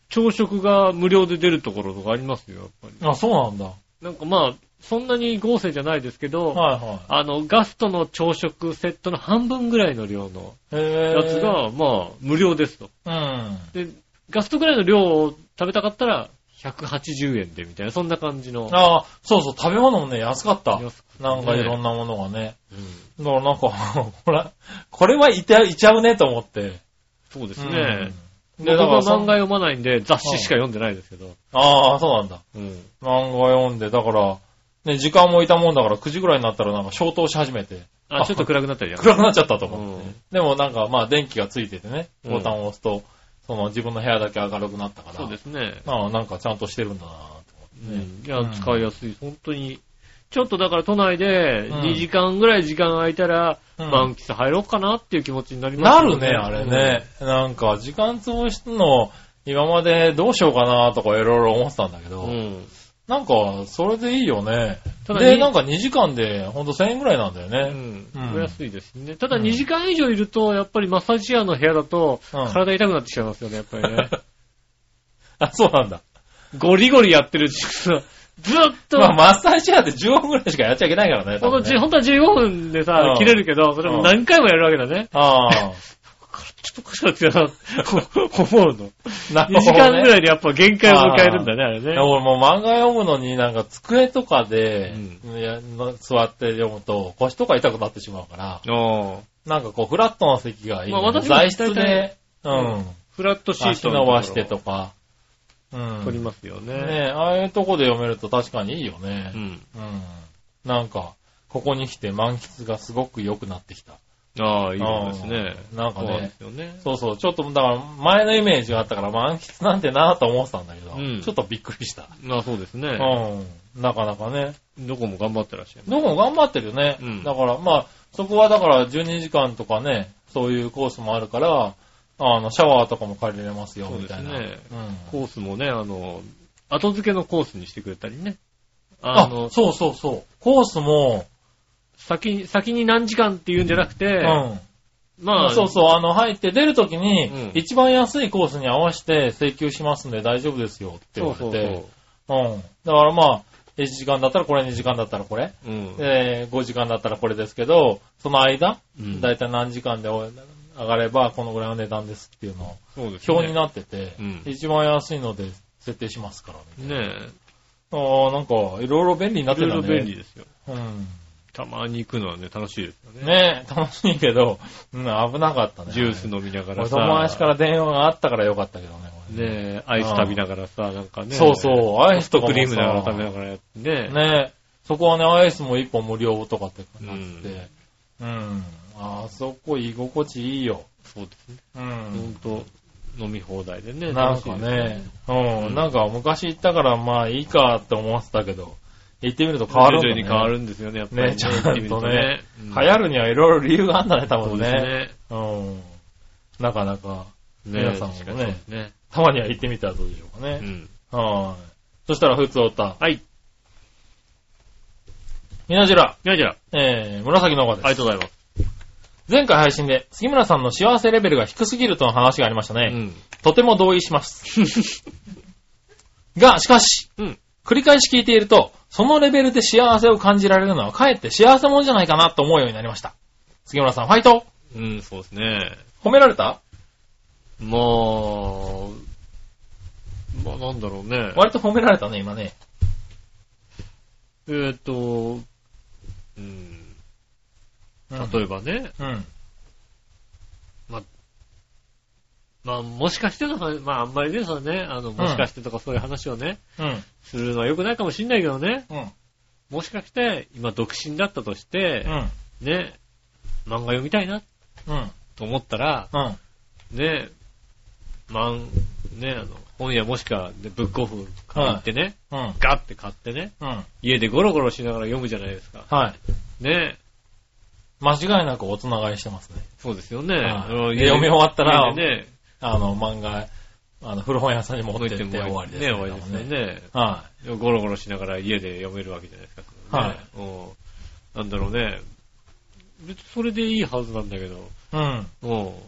朝食が無料で出るところとかありますよ、やっぱり。
なあ、そうなんだ。は
なんかまあ、そんなに豪勢じゃないですけど、
いは
あの、ガストの朝食セットの半分ぐらいの量の
い。へ
やつ
ぇ
が、まあ、無料ですと。
うん。
で、ガストぐらいの量を食べたかったら、180円でみたいな、そんな感じの。
ああ、そうそう、食べ物もね、安かった。
安く
なんかいろんなものがね。
うん
だから なんか、これ、これはいて、いちゃうねと思って。
そうですね。
うん。
僕は漫
そん
画読まないんで、雑誌しか読んでないですけど。
ああ、そうなんだ。
うん。
漫画読んで、だから、ね、時間もいたもんだから9時ぐらいになったらなんか消灯し始めて、あ
あ、ちょっと暗くなったりやん。
暗くなっちゃったと
う
思って。
ん。
でもなんか、まあ電気がついててね、
うん
ボタンを押すと、その自分の部屋だけ明るくなったから。
そうですね。
ああ、なんかちゃんとしてるんだなと思って
う
ね。
ん。いや、使いやすい。本当に、ちょっとだから都内で
うん
2時間ぐらい時間空いたら、
うん
満喫入ろうかなっていう気持ちになりま
な
す
るね、あれね。。なんか、時間潰すの、今までどうしようかなとかいろいろ思ってたんだけ
う
ど、
んうん。
なんか、それでいいよね。
ただ
で、
に
なんか2時間で、ほんと1000円ぐらいなんだよ
う
ね。
ん
うん
お安いですね。ただ
うん
2時間以上いると、やっぱりマッサージ屋の部屋だと、
うん
体痛くなってきちゃいますよね、やっぱりね。
あ、そうなんだ。
ゴリゴリやってる時間ずっと、
まあ、マッサージ屋って15分ぐらいしかやっちゃいけないからね。多
ほん
分
と
ね
じ本当は15分でさ
う、ん
切れるけど、それも何回もやるわけだね。
あ あ。
ちょっとおかしくなってき たな、と 思うの。
な
2時間ぐ
い。
らいでやっぱ限界を迎えるんだね、あれね
いや。俺もう漫画読むのになんか机とかで、
う
いやな座って読むと腰とか痛くなってしまうから、
おー
なんかこうフラットな席がいいね、
まあ私も
材質で、う
々
ん。
フラットシー
足
ト
伸ばしてとか。うん。
取りますよね。
ねえ、ああいうとこで読めると確かにいいよね
う。ん。
うん。なんか、ここに来て満喫がすごく良くなってきた。
ああ、いいことですね。
うんなんか
そうなんで
ね、
すよね。
そうそう、ちょっと、だから前のイメージがあったから満喫なんてなぁと思ってたんだけど、
うん
ちょっとびっくりした。
まあそうですね。
うん。なかなかね。
どこも頑張ってらっしゃいま
どこも頑張ってるよね。
うん
だから、まあ、そこはだから12時間とかね、そういうコースもあるから、あの、シャワーとかも借りれますよ、
そう
み
です
た
ね
いな。
す。
うん。
コースもね、あの、後付けのコースにしてくれたりね。あ
あ
の、、
そうそうそう。コースも、
先に、先に何時間っていうんじゃなくて、
うん。
まあ、
そうそう、あの、入って出るときに、
うん
一番安いコースに合わせて請求しますんで大丈夫ですよって言
そう
われて。
そうそ
うん。だからまあ、1時間だったらこれ、2時間だったらこれ、
う。うん。
え5時間だったらこれですけど、その間、
うん
だいたい何時間で上がればこのぐらいの値段ですっていうのを
そうですね。
表になってて、
うん
一番安いので設定しますから、み
ね
たいなああ、なんか、いろいろ便利にな
え。
っ
い
て
ろいろ
るんだね。
便利ですよ。
うん。
たまに行くのはね、楽しいですよね。
ねえ、楽しいけど、うん、危なかったね。
ジュース飲みながら
俺
さ。
友達から電話があったからよかったけどね。これね
ねえ、アイス食べながらさ、なんかね。
そうそう、アイス
ソ
と
フトク
かもさ
リームながら食べながらやってね。
ねえ、そこはね、アイスも一本無料とかってなってて、うん、あそこ居心地いいよ。
そうですね。
う
ほん
ん。
と、飲み放題でね。
な
楽
ん
しい
か
です
ね。、
う
うんん、なんか昔行ったからまあいいかって思ってたけど、行ってみると変わるんだ
徐
ね。
々に変わるんですよね、やっぱり
ね、ちゃんとね。流
る
行るにはいろいろ理由があんだね、多
そ
分
うです
ね。
ね。
うん。なかなか、皆さんもね
確かにそうですね。
たまには行ってみたらどうでしょうかね。
うん
はい。そしたら、普通おった。
はい。
みなじら、
いやいや、あ
えー、紫の子です。
りがとうございます。
前回配信で、杉村さんの幸せレベルが低すぎるとの話がありましたね。
うん。
とても同意します。が、しかし、
うん
繰り返し聞いていると、そのレベルで幸せを感じられるのは、かえって幸せ者じゃないかなと思うようになりました。杉村さん、ファイト
うん、 そうですね。
褒められた
まあ、まあなんだろうね。
割と褒められたね、今ね。
えーっと、うん、例えばね、
うん。
まあもしかしての話、まああんまりね、そのね、あの、もしかしてとかそういう話をね、
うん。
するのは良くないかもしんないけどね、
うん。
もしかして今独身だったとして
う、ん。
ね、漫画読みたいな
うん。
と思ったら、
うん。
ね、漫、ね、あの、本屋もしくはねブックオフから行ってね、
うん。
ガッて買ってね、
うん。
家でゴロゴロしながら読むじゃないですか。
はい。
ね、
間違いなくおつながりしてますね。
そうですよね。
はい
うん
で読み終わったら
家でね、
あの、漫画、あの、古本屋さんに持っ
置
てっ
いて
て
も
終
ら
わ
っ
り
て
です
ね、終わりですよ
ね。
ね。
は
ゴロゴロしながら家で読めるわけじゃないですか。
は
い。
い
なんだろうね。別にそれでいいはずなんだけど、
い。うん。
も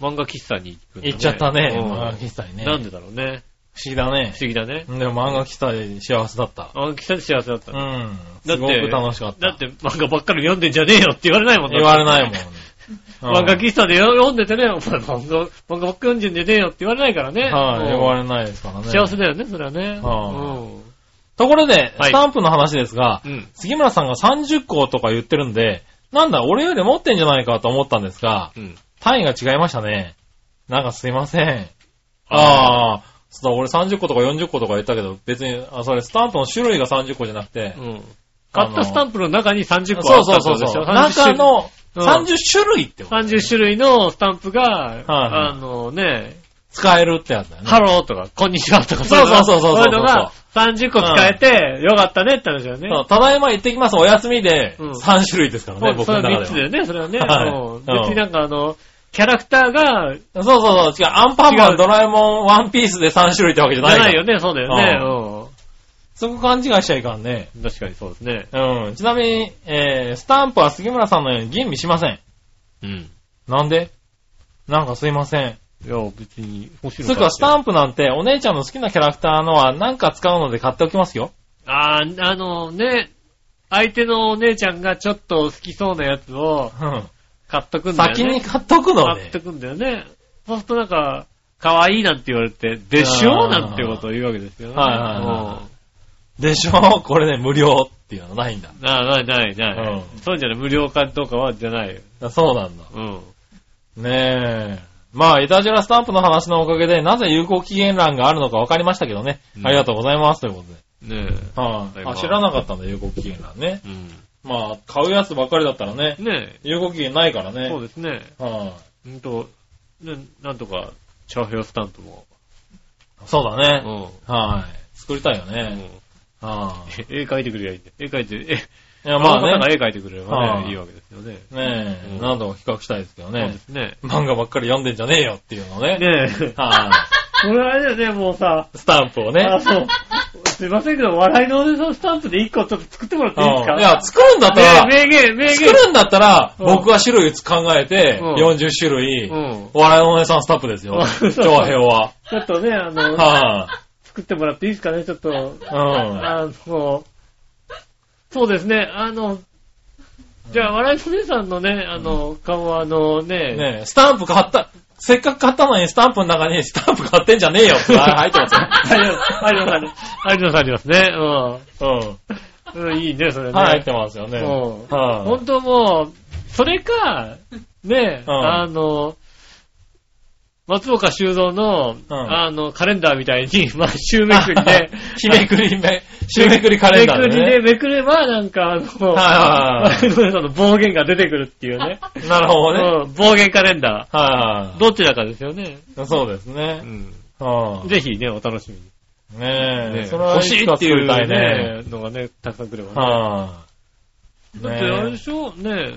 う、漫画喫茶に行くんだね
行っちゃったね。
うん
漫画喫茶にね。
なんでだろうね。
不思議だね
不。思議だね。
でも漫画喫茶で幸せだった。
漫画喫茶で幸せだった
う
ね。
ん。
だ
す
って
ごく楽しかった。
だって漫画ばっかり読んでんじゃねえよって言われないもん
言われない
ん。
もん。
漫画喫茶で読んでてね、お前漫画、漫画ばっかり読んでんじゃねえよって言われないからね。
茶はい、
うん
言われないですからね。
幸せだよね、それはね。
は
う
ところで、
はい
スタンプの話ですが、
ん。うん。
杉村さんが30個とか言ってるんで、なんだ、俺より持ってんじゃないかと思ったんですが、
うん。
単位が違いましたね。なんかすいません。ああ、そうだ、俺30個とか40個とか言ったけど、別に、あ、それスタンプの種類が30個じゃなくて、
うん。買ったスタンプの中に30個
そ
あ
う
った
そ
っ
う
て
そ
こ
う
とでし
そ
ょ
う。中の
うん
30種類ってこと、
30種類のスタンプが、
はい
あのね、
使えるってやつだよね。
ハローとか、こんにちはとか、
そうそうそうそう
いのが
そうそうそう
30個使えて、よかったねって話だよね。
そうただいま行ってきます、お休みで、
うん
3種類ですからね、
もう
僕
そ
の
れは3つ
中
だ
で
よね、それはね。
はい
うん
うん
別になんかあの、キャラクターが、じ
は。そうそうそう、違う、アンパンマ
違う
ン、ドラえもん、ワンピースで3種類ってわけじ
ゃ
ゃないから
ないよ。ね、そうだよね。
そこ勘違いしちゃいかんね。
うん。確かにそうですね。
うん。ちなみに、えー、スタンプは杉村さんのように吟味しません。
うん。
なんでなんかすいません。
いや、別に欲しい
つ
の
うか、スタ
ン
ンプなんて、お姉ちゃんの好きなキャラクターのは、なんか使うので買っておきますよ。
あーあのね、相手のお姉ちゃんがちょっと好きそうなやつを
う
買っとく
ん。
んだよね。
先に買っとくの
買っ
ね
と。くんだよね。そうするとなんか、可愛いなんて言われて、でしょ
あー
なんてことを言うわけですよね。
はいはいはいでしょこれね、無料っていうのないんだ。
うんあーないないない。
うん
そうじゃない。無料化とかは、じゃないよ。
あそうなんだ。
うん。
ねえ。まあ、いたじらスタンプの話のおかげで、なぜ有効期限欄があるのか分かりましたけどね。
うん
ありがとうございます、ということで。
ね
は
だい
い、
ぶ
あ、知らなかったんだ、有効期限欄ね。
え。うん。
まあ、買うやつばっかりだったらね、
ね
有効期限ないから
え。そう
ね。
ですね。
はい
うんと、ねなんとか、チャーヘアスタンプも。
そうだ
う
ね。
ん。
はい。作りたいよ
うん
ね。は
絵描いてくれりゃいいんだ。絵描いて、え、
い。いや、
ま
ま
あ、
あ
方が
ね。
絵描いてくれれば
は
ね、
い
いいわけですよね。
ね
うん
え、何度か企画したいですけど
そうで
ね。
すね。
漫画ばっかり読んでんじゃねえよっていうのね。
ねえ。
はい。
これあれだよね、もうさ、
スタンプをね。
あ、そう。すいませんけど、笑いのおじさんスタンプで1個ちょっと作ってもらっていいです
う
か
んいや、作るんだったら、
ねえ名言、名
作
言。
るんだったら、
うん
僕は種類考えて、
うん
40種類、
うん。
お笑いのお姉さんスタッフですよ。
うん
長編は。
ちょっとね、あの、
は
作ってもらっていいですかね、ちょっと。
い、うん。
あの、そうですね、あの、じゃあ、笑いのお姉さんのね、あの、顔は、あのね、
ねえスタンプ買った、せっかく買ったのにスタンプの中にスタンプ買ってんじゃねえ よって入ってます
あります、あります、ありますあります、ありますね。
よ。
うん。うん、いいね、それ
うん。
ね。
入ってますよね。
うん
は
本当もう、それか、ね、
うん
あの、松岡修造の、あの、カレンダーみたいに、 まあ、週めくりで、
い。ひねくりめ、しめくりカレンダー
めくり
で
で
ね。
めくれば、なんか、あの、
はいはいはい
松岡さんの暴言が出てくるっていうね。
なるほどね。はい、
うん、暴言カレンダー。どちらかですよね。
そうですね。うん。
ぜひね、お楽しみに。
ねえ、
ね
それは
欲しいっていう
いつか作りたいね。
ね、のがね、たくさん来ればね。
はい、
だってあれで
ね
しょねえ、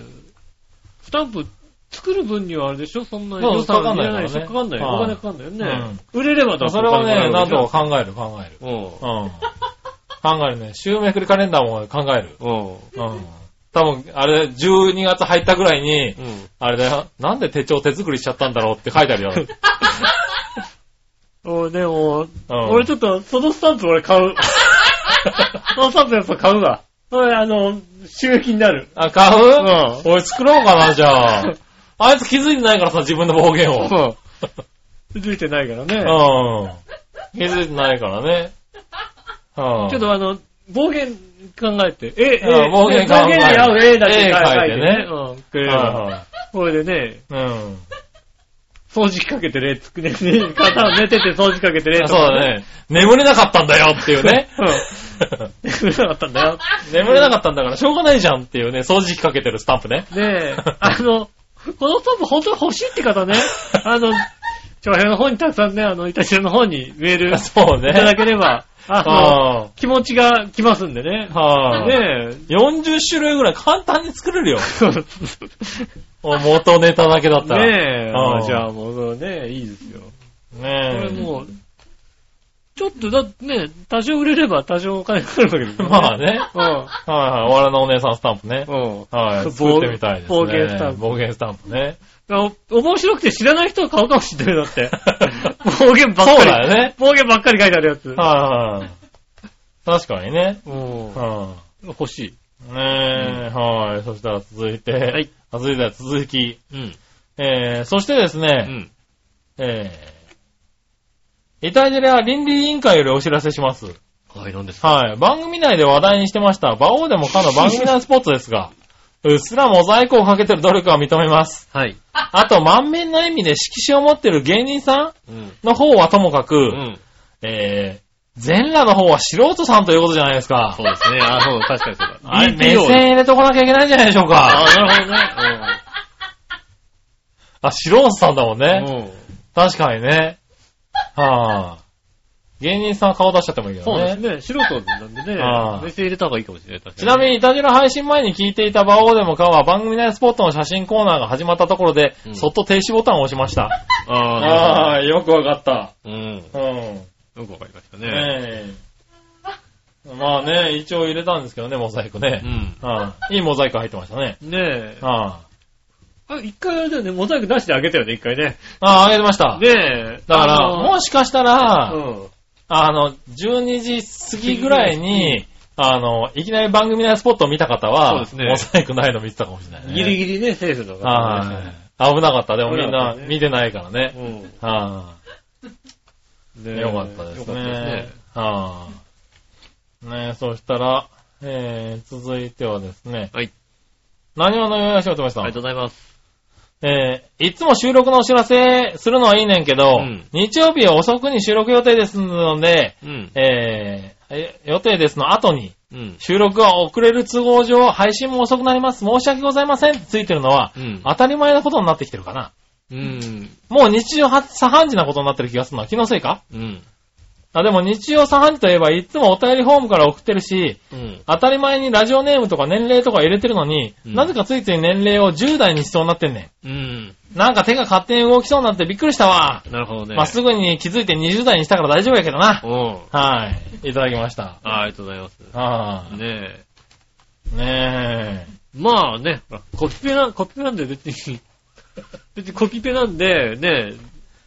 スタンプ作る分にはあれでしょそんなに
そう
予算入れないでしょ
か
か
か
か
ん
ん
な
ないい。
からね
お
はい
金かかんないよね。売れればだ
え
って
それはね、
お金
何
もら
度
うでし
か考える、考える。
ょ
うん。 考えるね。週めくりカレンダーも考える。
うん。うん。
うん。多分、あれ、12月入ったぐらいに、
うん。
あれだよ、なんで手帳手作りしちゃったんだろうって書いてあ るよ。
おうでも、
うん
俺ちょっと、そのスタンプ俺買 う。そのスタンプやっぱ買うわ。それあの、収益になる。
あ、買う
うん
俺作ろうかな、じゃあ。あいつ気づいてないからさ、自分の暴言を。
うん。気づいてないからね。
うん。気づいてないからね。うん。
ちょっとあの、暴言考えて。え、え、
うん暴言考えて
暴言に合う A だけ
絵
書
描い
いて
てね
ね。うん。くれれば。
は
これでね、
いはい。うん。
掃除機かけてね、つくね、肩を寝てて掃除かけてね、
あそうだ。ね。眠れなかったんだよってい うね。
うん。 なかったんだよ。
眠れなかったんだからしょうがないじゃんっていうね、掃除機かけてるスタンプね。
ねえ、あの、このスタンプ本当に欲しいって方ね、あの、長編の方にたくさんね、あの、いたしらの方にメールい
そうね。
ただけれ ば、あ
あ
の、気持ちが来ますんでね
あ。。はい、
ねえ、
40種類ぐらい簡単に作れるよ。
そうね
お元ネタだけだったら。
え、
うん
あじゃあもうそうね、いいですよ。こ
ね
れ
え。
もう、ちょっとだってね、多少売れれば多少お金かかるわけですよ、ね。
まあね。
あ。
はいはい。我のお姉さんスタンプね。
うん。うん。
はい。
暴
作ってみたいですね。
暴言スタンプ
暴言スタンプね。
あ面白くて知らない人は買うかもしれないよだ って。暴言ばっかり。
そうだよね
暴言ばっかり書いてあるやつ。
はいはい。確かにね。
うん
は
欲しい。。
い。ねえ、はい。そしたら続いて。はい続いては続き。
うん。
えー、そしてですね。
うん。
えー、イタジェラ倫理委員会よりお知らせします。
はい、なんですか
はい。番組内で話題にしてました、馬王でもかの番組内スポットですが、 うっすらモザイクをかけてる努力は認 めます。
はい。
あと、満面の意味で色紙を持ってる芸人さ
うん。
んの方はともかく、
うん。
えー、全裸の方は素人さんということじゃないですか
そ。うですね。あ、そう、確かにそうだ。
あれ、目
BPO
線入れとかなきゃいけないんじゃないでしょう
あ、
か。
な
あ、素人さんだもん
る
ね。
ほどね。
確かにね。はぁ、芸人さん顔出しちゃってもいいけ
そ
ど
うです
ね。
ね。素人なんでね
ああ、
別に入れた方がいいかもしれない。確か
ちなみに、イタジラ配信前に聞いていた馬王でもかは番組内スポットの写真コーナーが始まったところで、
うん
そっと停止ボタンを押しました。
ああ、
ああ、よくわかった。
うん。
うん。
よくわかりましたね。
ねえ。まあね、一応入れたんですけどね、モザイクね
う。ん。
ああいいモザイク入ってましたね。
ねえ。
あ
あ、一回あれだよね、モザイク出してあげたよね、一回ね。
あ、あああげてました。
ねえ。
だから、
あの
もしかしたら、
うん。
あの、12時過ぎぐらいに、あの、いきなり番組のスポットを見た方は、
そうですね
モザイクないの見てたかもしれないね。
ギリギリね、セーフの方で
は
し
い。危なかった。でもみん
危なかっ
な
たね
見てないから
た
ね。
ね。
は
うん。
い。
ねえ
よかったです
よ
ね。
かったですね。
はい。ねそしたら、えー、続いてはですね。
はい。
何者よやしおとめさ
あ
ん
りが。とうございます。
えー、いつも収録のお知らせするのはいいねんけど、
うん
日曜日は遅くに収録予定ですので、
うん。
えーえ予定ですの後に、
うん。
収録が遅れる都合上、配信も遅くなります。申し訳ございませんってついてるのは、
うん
当たり前なことになってきてるかな。
うん。
もう日曜は茶飯事なことになってる気がするのは気のせいか
うん。
あでも日曜茶飯事といえば、いつもお便りフォームから送ってるし、
うん。
当たり前にラジオネームとか年齢とか入れてるのに、
うん
なぜかついつい年齢を10代にしそうになってんね
うん。
ん。なんか手が勝手に動きそうになってびっくりしたわ。
なるほどね。
まあ、すぐに気づいて20代にしたから大丈夫やけどな
う。ん。
はい。いただきました。
あありがとうございます。
あ
ねえ。
あ。ねえ。
まあね、コピペな、コピペなんで別に、 別にコピペなんで、ね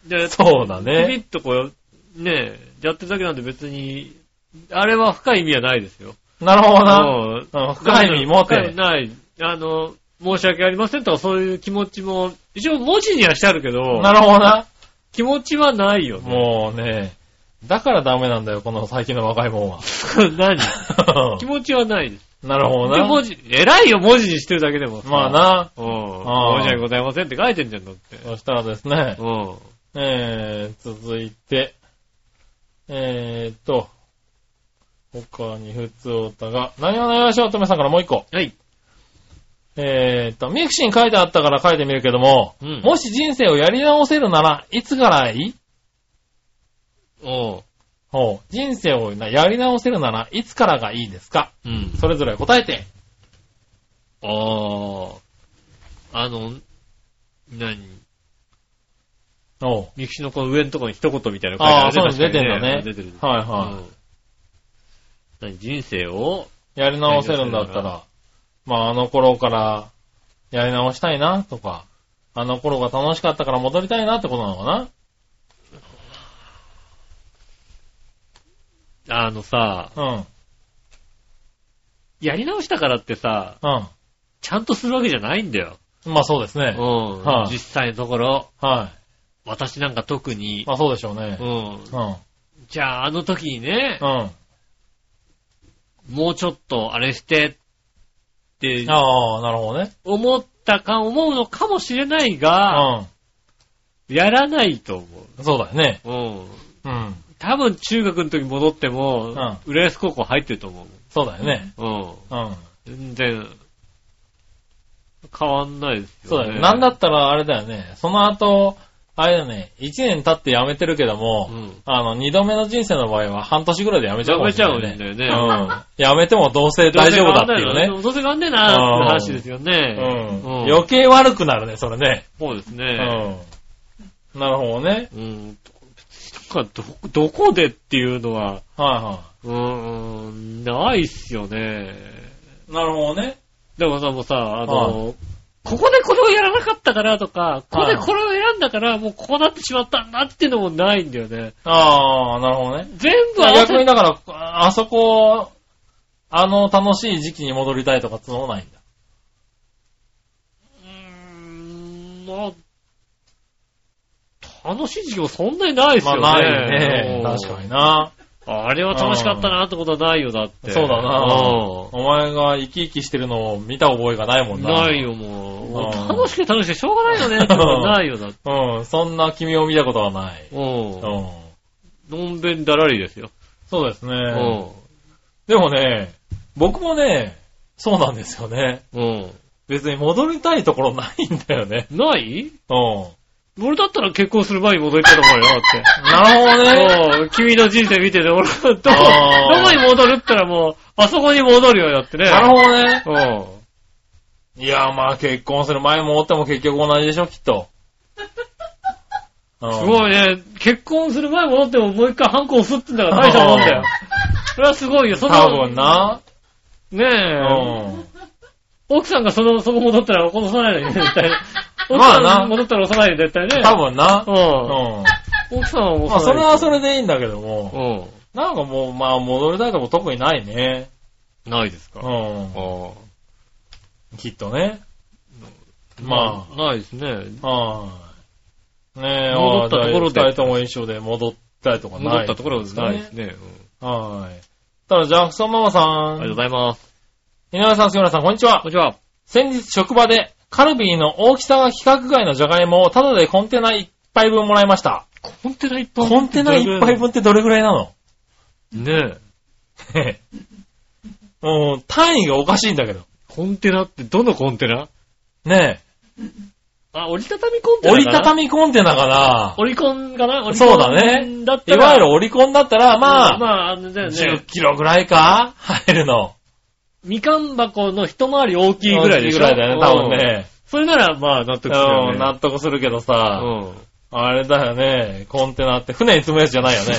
え、で
そうだね
ピピッとこう、ねえ、やってるだけなんで別に、あれは深い意味はないですよ。
なるほどな。
うん
うん深い意味持て
深いない。あの、申し訳ありませんとかそういう気持ちも、一応文字にはしてあるけど、
なるほどな。
気持ちはないよね。
もうね、だからダメなんだよ、この最近の若いもんは。
何気持ちはないです。
なるほど
で、文
な。
字、偉いよ、文字にしてるだけでも。
まあ。な。
うん。
あ
申し訳ございませんって書いてんじゃんだって。
そしたらですね
う、ん。
えー、続いて、えーっと、他に普通おたが、何をよしおとめさんからもう一個。
はい。
えーっと、ミクシーに書いてあったから書いてみるけども、
うん
もし人生をやり直せるなら、いつからいい
お
ほう人生をなやり直せるなら、いつからがいいですか
う。うん。
それぞれ答えて。
ああ。あの、何
おう
ミクシィのこの上のところに一言みたいなの
ああ、
書
そう
い
で
て
す。
ある
出
ね
てんだね。
出てる。
はいはい。
うん何人生を
やり直せるんだった
やり直
ら、まああの頃からやり直したいなとか、あの頃が楽しかったから戻りたいなってことなのかな
あのさ、
うん、
やり直したからってさ、
う
ちゃんとするわけじゃないんだよ。
ん。まあそうです
う
ね。
ん。
はい
実際のところ、
は
私なんか特
い。
に、
まあそうでしょうね
う。ん。
うん、うん、
じゃあ、あの時にね、
あ
もうちょっとあれしてって
あ、なるほどね。
思ったか、思うのかもしれないうが、やらないと思
ん。そうだよね。
う。うん。
うん。
多分中学の時戻っても、浦安高校入ってると思
そうだよね。
う。うん。
うん。
全然、変わんないですよ、ね。
そうだよね。なんだったらあれだよね。その後、あれだね、1年経って辞めてるけども、
うん
あの、2度目の人生の場合は半年ぐらいで辞めちゃうかもしれない、ね。
辞めちゃうんだよね
うん。辞めてもどうせ大丈夫だっていうね。
どうせ変わんねえな、どうせ変わんねえなって話ですよね。
うん。
よ
余計悪くなるね、それね。
そうです
う
ね。
ん。なるほどね。
うん。なんかど、どこでっていうのは、
は
うーん、ないっすよね。
いはい。なるほどね。
でもさ、もうさ、あの、ここでこれをやらなかったからとか、ここでこれを選んだから、もうこうなってしまったんだっていうのもないんだよね。
ああ、なるほどね。
全部合わせ
逆にだから、ああそこ、あの楽しい時期に戻りたいとかつもないんだ。
うーんまあ、楽しい時期もそんなにないです
ま
よ
あ
ね。
ないね。確かにな。
うん。あれは楽しかったなってことはないよ、だって。
そうだな
う
お前が生き生きしてるのを見た覚えがないもん
ん
な。
ない。よ、もう。もう
うん
楽しくて楽しくてしょうがないよねってことはないよ、だって。
うん。そんな君を見たことはない。
う
うんん。。
のんべんだらりですよ。
そうです
う
ね。
ん。
でもね、僕もね、そうなんですよね。
うん。
別に戻りたいところないんだよね。
ない
うん。
俺だったら結婚する前に戻りたいと思うよ、
なるほどね。
だって。 もう、君の人生見てて、俺はど、ど
あー
こに戻るったらもう、あそこに戻るよ、だってね。
なるほどね。
ほど。
いや、まあ結婚する前もおっても結局同じでしょ、きっと。うん
すごいね。結婚する前戻ってももう一回ハンコ押すってんだから大したもんだよ。それはすごいよ。そ
多分な。
ね
う
え。
ん。
奥さんがその、そこ戻ったら戻さないのに、絶対。奥
まあな
さん戻ったら押さないの絶対ね。
多分な。う。
うんん。奥さんは
ま
押さ
あそ
な
れ
い。
はそれでいいんだけども、
は
なんかもう、まあ戻りたいとこ特にないね。
うん。ないですか。
う
あ
ん。
あ。
きっとね。ま
あ。ないですね。
あ、はい。ねえ、
戻ったところで
ああ二人とも一緒で戻ったりとかない。
戻ったところはないです
ね。
ね。うん
はい。ただ、ジャクソンママさ、
ありがとうんございます。
井上さん、杉村さん、こんにちは。
こんにちは。
先日職場で、カルビーの大きさが規格外のジャガイモをタダでコンテナ1杯分もらいました。
コンテナいっぱい。
コンテナ1杯分ってどれぐらいなの
ねえ。
もう単位がおかしいんだけど。
コンテナってどのコンテナ
ね
あ、折りたたみコンテ
え。
ナ
折り
かな
たたみコンテナかな
オリコンかなオリコン
そうだね
だった
い
ら。
わゆる折り込んだったら、ま
うん
あ、
まあ、あのだよ
10
ね。
キロぐらいか入るの。
みかん箱の一回り大きいぐらいでしょ
ぐらいだよね、多分。ね。
うんそれなら、まあ、納
う
得するよ
ん、
ね。
納得するけど
う
さ、
ん。
あれだよね、コンテナって船に積むやつじゃないよね。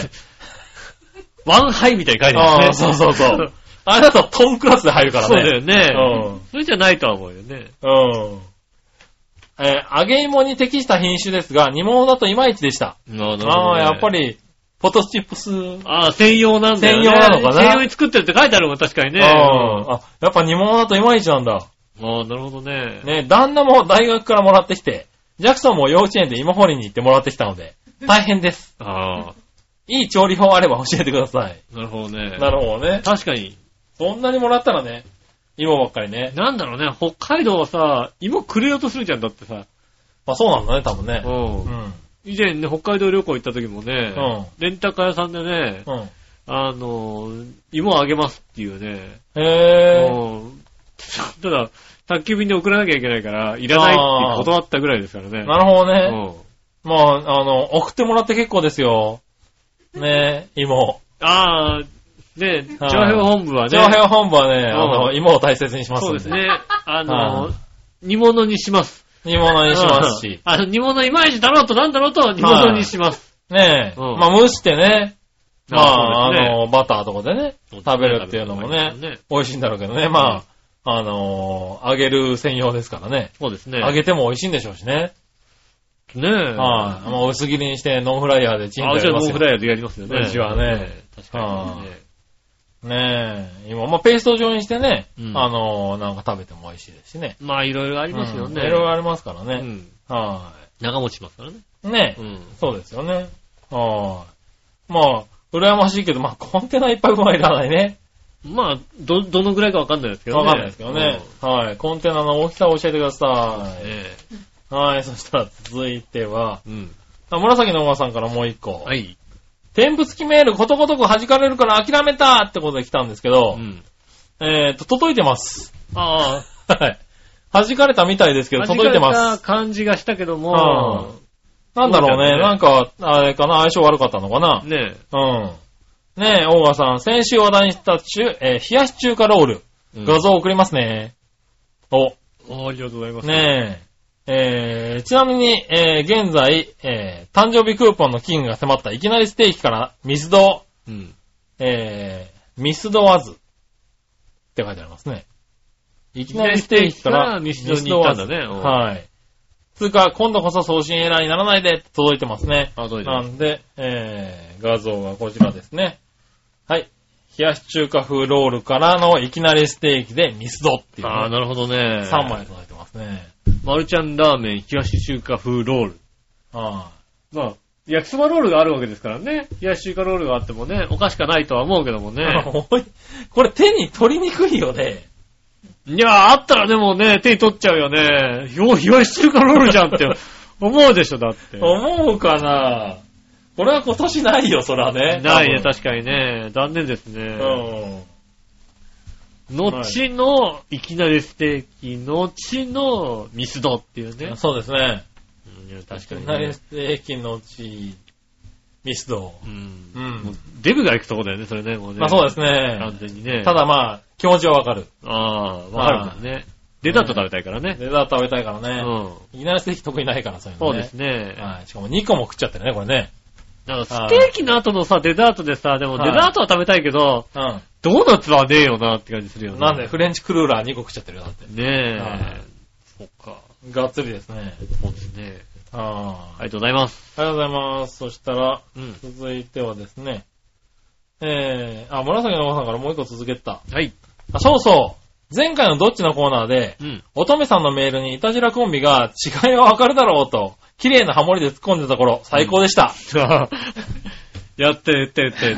ワンハイみたいに書いて
あ
ま
あ、
すね。
そうそうそう。あれだとトンクラスで入るからね。
そう だよね。
うん。
それじゃないとは思うよね。
うん。えー揚げ芋に適した品種ですが、煮物だといまいちでした。
なるほどね
ああ、やっぱ。り、ポトチップス。
ああ、専用なんだよね。
専用なのかな
専用に作ってるって書いてあるもん、確かにね。
うんあ、やっぱ煮物だといまいちなんだ。
うんああ、なるほどね。
ね、旦那も大学からもらってきて、ジャクソンも幼稚園で芋掘りに行ってもらってきたので、大変です。
ああ、
いい調理法あれば教えてください。
なるほどね。
なるほどね。
確かに。
そんなにもらったらね、芋ばっかりね。
なんだろうね、北海道はさ、芋くれようとするじゃん、だってさ。
まあそうなんだね、多分ね
う。。
うんん。
以前ね、北海道旅行行った時もね、
うん
レンタカー屋さんでね、
うん。
あのー、芋をあげますっていうね、
へぇ
うんただ、宅急便で送らなきゃいけないから、いらないって断ったぐらいですからね。
ー。なるほどね。
うん
まあ、あの、送ってもらって結構ですよ。ねえ、芋。
ああ、ね、
はい
長編本部はね、
長編本部はね、
ん
あの、芋を大切にします
そ
ん
う
で。
です。ね、あの
は
ー、煮物にします。
煮物にしますし。
うん。あの、煮物いまいちだろうとなんだろうと煮物にします。
ねえ、
うん
まあ蒸してね、まあ、
あそうですね
あの、バターとかでね、食べるっていうのも
食べるのもいいで
ね
すね、
美味しいんだろうけどね、まあ、あの、揚げる専用ですからね。
そうですね。
揚げても美味しいんでしょうしね。
ねえ。
はい。まあ薄切りにしてノンフライヤーでチン
あ、
と
じゃ
やり
あ
ま
ノ
す
ン
よ
フ。ライヤーでやりますよね。
うちはね。
確かにね。
ねえ、今、まあペースト状にしてね、
うん
あの、なんか食べても美味しいですしね。
まあ、いろいろありますよ
うん
ね。
いろいろありますから
う
ね。
ん。
は
長持ちしますからね。
い。ねえ
うん。
そうですよね。はい。まあ、羨ましいけど、まあ、コンテナいっぱい分はいらないね。
まあ、ど、どのぐらいかわかんないですけど
わ
ね。
かんないですけどね。はい。コンテナの大きさを教えてくださ
うん。ええ
い。はい。そしたら続いては、
うん。
あ紫のおばさんからもう一個。
はい。
添付付きメールことごとく弾かれるから諦めたってことで来たんですけ
う
ど、
ん。
えっと、届いてます。
ああ、
はい。弾かれたみたいですけど、届いてま
弾かれ
す。
た感じがしたけど
は
も、
なんだろうね。
ね
なんか、あれかな、相性悪かったのかな。
ね
うん。ねえ、大川さん、先週話題にした中、えー冷やし中華ロール、
え。うん
画像を送りますね。
おありがとうございま
お、
す。
ねえ、えーちなみに、えー現在、えー誕生日クーポンの金が迫ったいきなりステーキから、ミスド、
うん。
えー、ミスドワズって書いてありますね。いきなりステーキから、
ミスドに行ったんだね
ミス
う
ドワズ
ん
はい。つうか、今度こそ送信エラーにならないで、届いてますね。
あ、どうでしょ
な
うん
で、えー、画像がこちらですね。はい。冷やし中華風ロールからのいきなりステーキでミスドっていう、
ああ、
ね。
なるほどね。
3枚。届いてますね。
マルちゃんラーメン、冷やし中華風ロール。
あ
まあ、焼きそばロールがあるわけですからね。冷やし中華ロールがあってもね、おかしかないとは思うけども ね。
あおいこれ手に取りにくいよね。
いや、あったらでもね、手に取っちゃうよね。よ、冷やし中華ロールじゃんって思うでしょ、だって。
思うかなこれは今年ないよ、そらね。
ないね、
多
確かにね。残念ですね。
分
後の、いきなりステーキ、後のミスドっていう
う
ね
ん。。そうですね。
うんいや確かに
ナイ
ね。
ス駅のうち、ミスド。
うん
う。ん
もうデブが行くとこだよね、それね、もうね。
まあそうです
完
ね。
全にね。
た、だまあ、気持ちはわかる。
ああ、わかるからね。デザート食べたいからね。
デザート食べたいから
う
ね。
ん。
いきなりステーキ特にないから、そういうの
そう
ね。
ですね。
はい。しかも2個も食っちゃってるね、これね。
なんかステーキの後のさ、デザートでさ、でもデ
はい
ザートは食べたいけど、
うん。
ドーナツはねえよなって感じするよね。
なんで、フレンチクルーラー2個食っちゃってるよ、だって。
ね
はい
え。そっか。
がっつりですね。
そうですね。
あ
ありがとうございます。
ありがとうございます。そしたら、
うん。
続いてはですね。えー、あ、紫のおばさんからもう一個続けてた。
はい。
あ、そうそう。前回のどっちのコーナーで、
うん。
乙女さんのメールにいたじらコンビが違いはわかるだろうと、綺麗なハモリで突っ込んでた頃、最高でした。
やって、やって、やって、や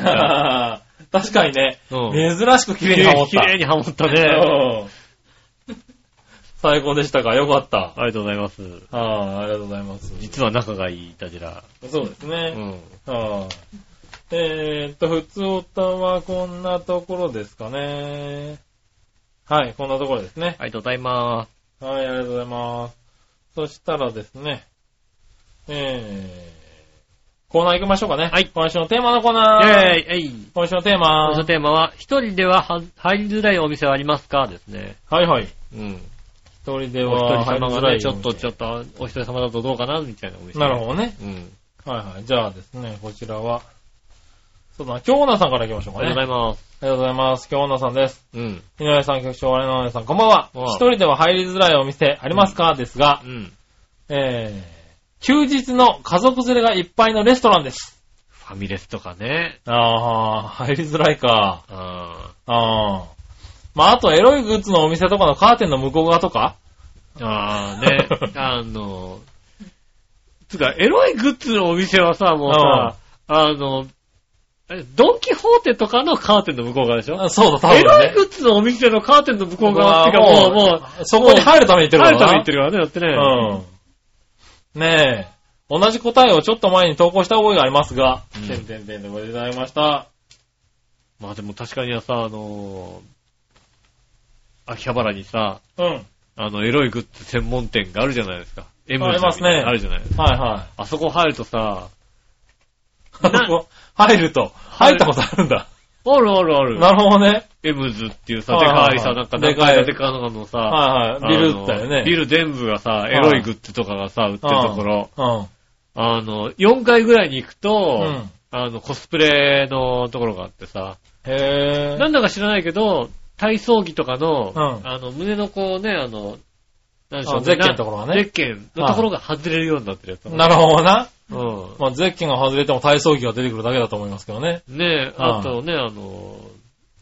った。
確かにね、
うん
珍しく綺麗にハモっ
綺麗
た。
にハモ ったね。
うん最高でしたか、よかった。
ありがとうございます。
ああ、ありがとうございます。
実は仲がいいいたじら。
そうです
う
ね。
ん。
ああ。えー、っと、普通おたはこんなところですかね。はい、こんなところですね。
ありがとうございます。
はい、ありがとうございます。そしたらですね、えー、コーナー行きましょうかね。はい。今週のテーマのコー
イェ
ナー。
ーイえい
今週のテーマ
今週のテーマは、一人ではは入りづらいお店はありますかですね。
はいはい。
うん。
一人で
お一
は
人様がね、ちょっと、ち
ょっ
ょっと、お一人様だとどうかなみたいなお店。
なるほどね。
うん。
はいはい。じゃあですね、こちらは、そうだな、京奈さんから行きましょう
あ
か
り
ね。
がとうございます。
ありがとうございます。京奈さんです。
うん。
井上さん、局長、我々の皆さん、こんばんは
こん。ばんは
一人では入りづらいお店ありますか、ですが
う、ん。
えー、休日の家族連れがいっぱいのレストランです。
ファミレスとかね。
ああ、入りづらいか。
あ
ああ。まあ、あと、エロいグッズのお店とかのカーテンの向こう側とか
ーあーね。 あの、つうか、エロいグッズのお店はさ、もうさ、あの、えドンキホーテとかのカーテンの向こう側でしょ
あそうだ、多
エロ
分
い
ね
グ。ッズのお店のカーテンの向こう側っていうか、もう、もう、
そこに入るために行ってる
入るために行
行
ってるからね、だってね。
うん。ねえ。同じ答えをちょっと前に投稿した覚えがありますが、
うん
てんてんてんでございました。
まあでも確かにさ、あのー秋葉原にさ、
うん。はい
あの、エロいグッズ専門店があるじゃないですか。エ
ありますね
あるじゃないですか。
はい。
あそこ入るとさ、な
入ると。入ったことあるんだ。
あるあるある。
なるほどね。
エムズっていうさ、
は
で
いはいは
か
い
いさ、なんか、
で
中
かい
かでかいののさ、
はいはい。ビルだよ
あ
ね
の。ビル全部がさ、
い
エロいグッズとかがさ、売ってるところ、
うん。
あの、4階ぐらいに行くと、
うん
あの、コスプレのところがあってさ、
へ
なんだか知らないけど、体操着とかの、
うん
あの、胸のこうね、あの、なんでしょう、
あゼッケンのところがね
なゼッケンのところが外れるようになってるやつ。
ぇなるほどな。
うん。
まあ、ゼッケンが外れても体操着が出てくるだけだと思いますけどね。
ねえ、
うん
あとね、あの、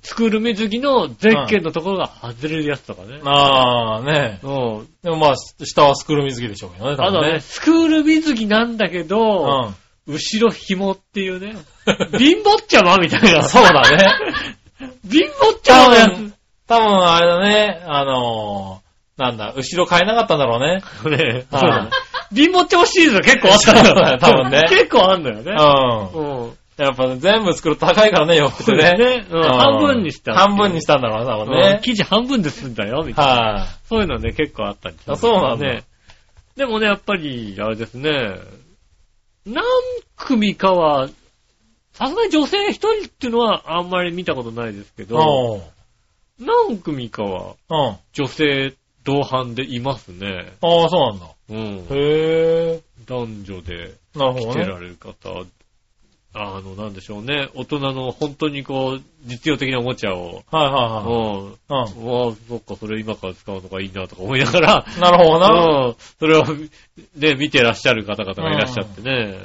スクール水着のゼッケンのところが外れるやつとかね。
あーね
うん。
でもまあ、下はスクール水着でしょうけどね。
あ
多
と
分
ね、。スクール水着なんだけど、
う
後ろ紐っていうね、貧乏っちゃまみたいな。
ん。そう だね。
貧乏っちゃ
多
まのや
分、多分あれだね、あのー、なんだ、後ろ変えなかったんだろうね。
つ。ねえ
うん
貧乏っちゃまシリーズが結構あったんだよ。
多分ね
結構あんだよね。
う
うん。
ん。やっぱ全部作ると高いからね、洋服
そう
で
だ
ね。
ね。うん半分にした。
半分にしたんだろうな、多分
うん
ね。
生地半分で済んだよ、みたいな。
はい。
そういうのはね、結構あったりする
あそうなんだ
ね。でもね、やっぱり、あれですね、何組かは、さすがに女性一人っていうのはあんまり見たことないですけど、
おう
何組かは
うん。あ
女性同伴でいますね。
あ、そうなんだ。
うん。
へ
男女で
え。なる
来
ほど
て
ね。
られる方、あの、なんでしょうね、大人の本当にこう、実用的なおもちゃを、
はいは
うん。
いはい。う
うわそっか、それ今から使うのがいいなとか思いながら、
ん。なるほどな。
うん。それを、ね、見てらっしゃる方々がいらっしゃってね。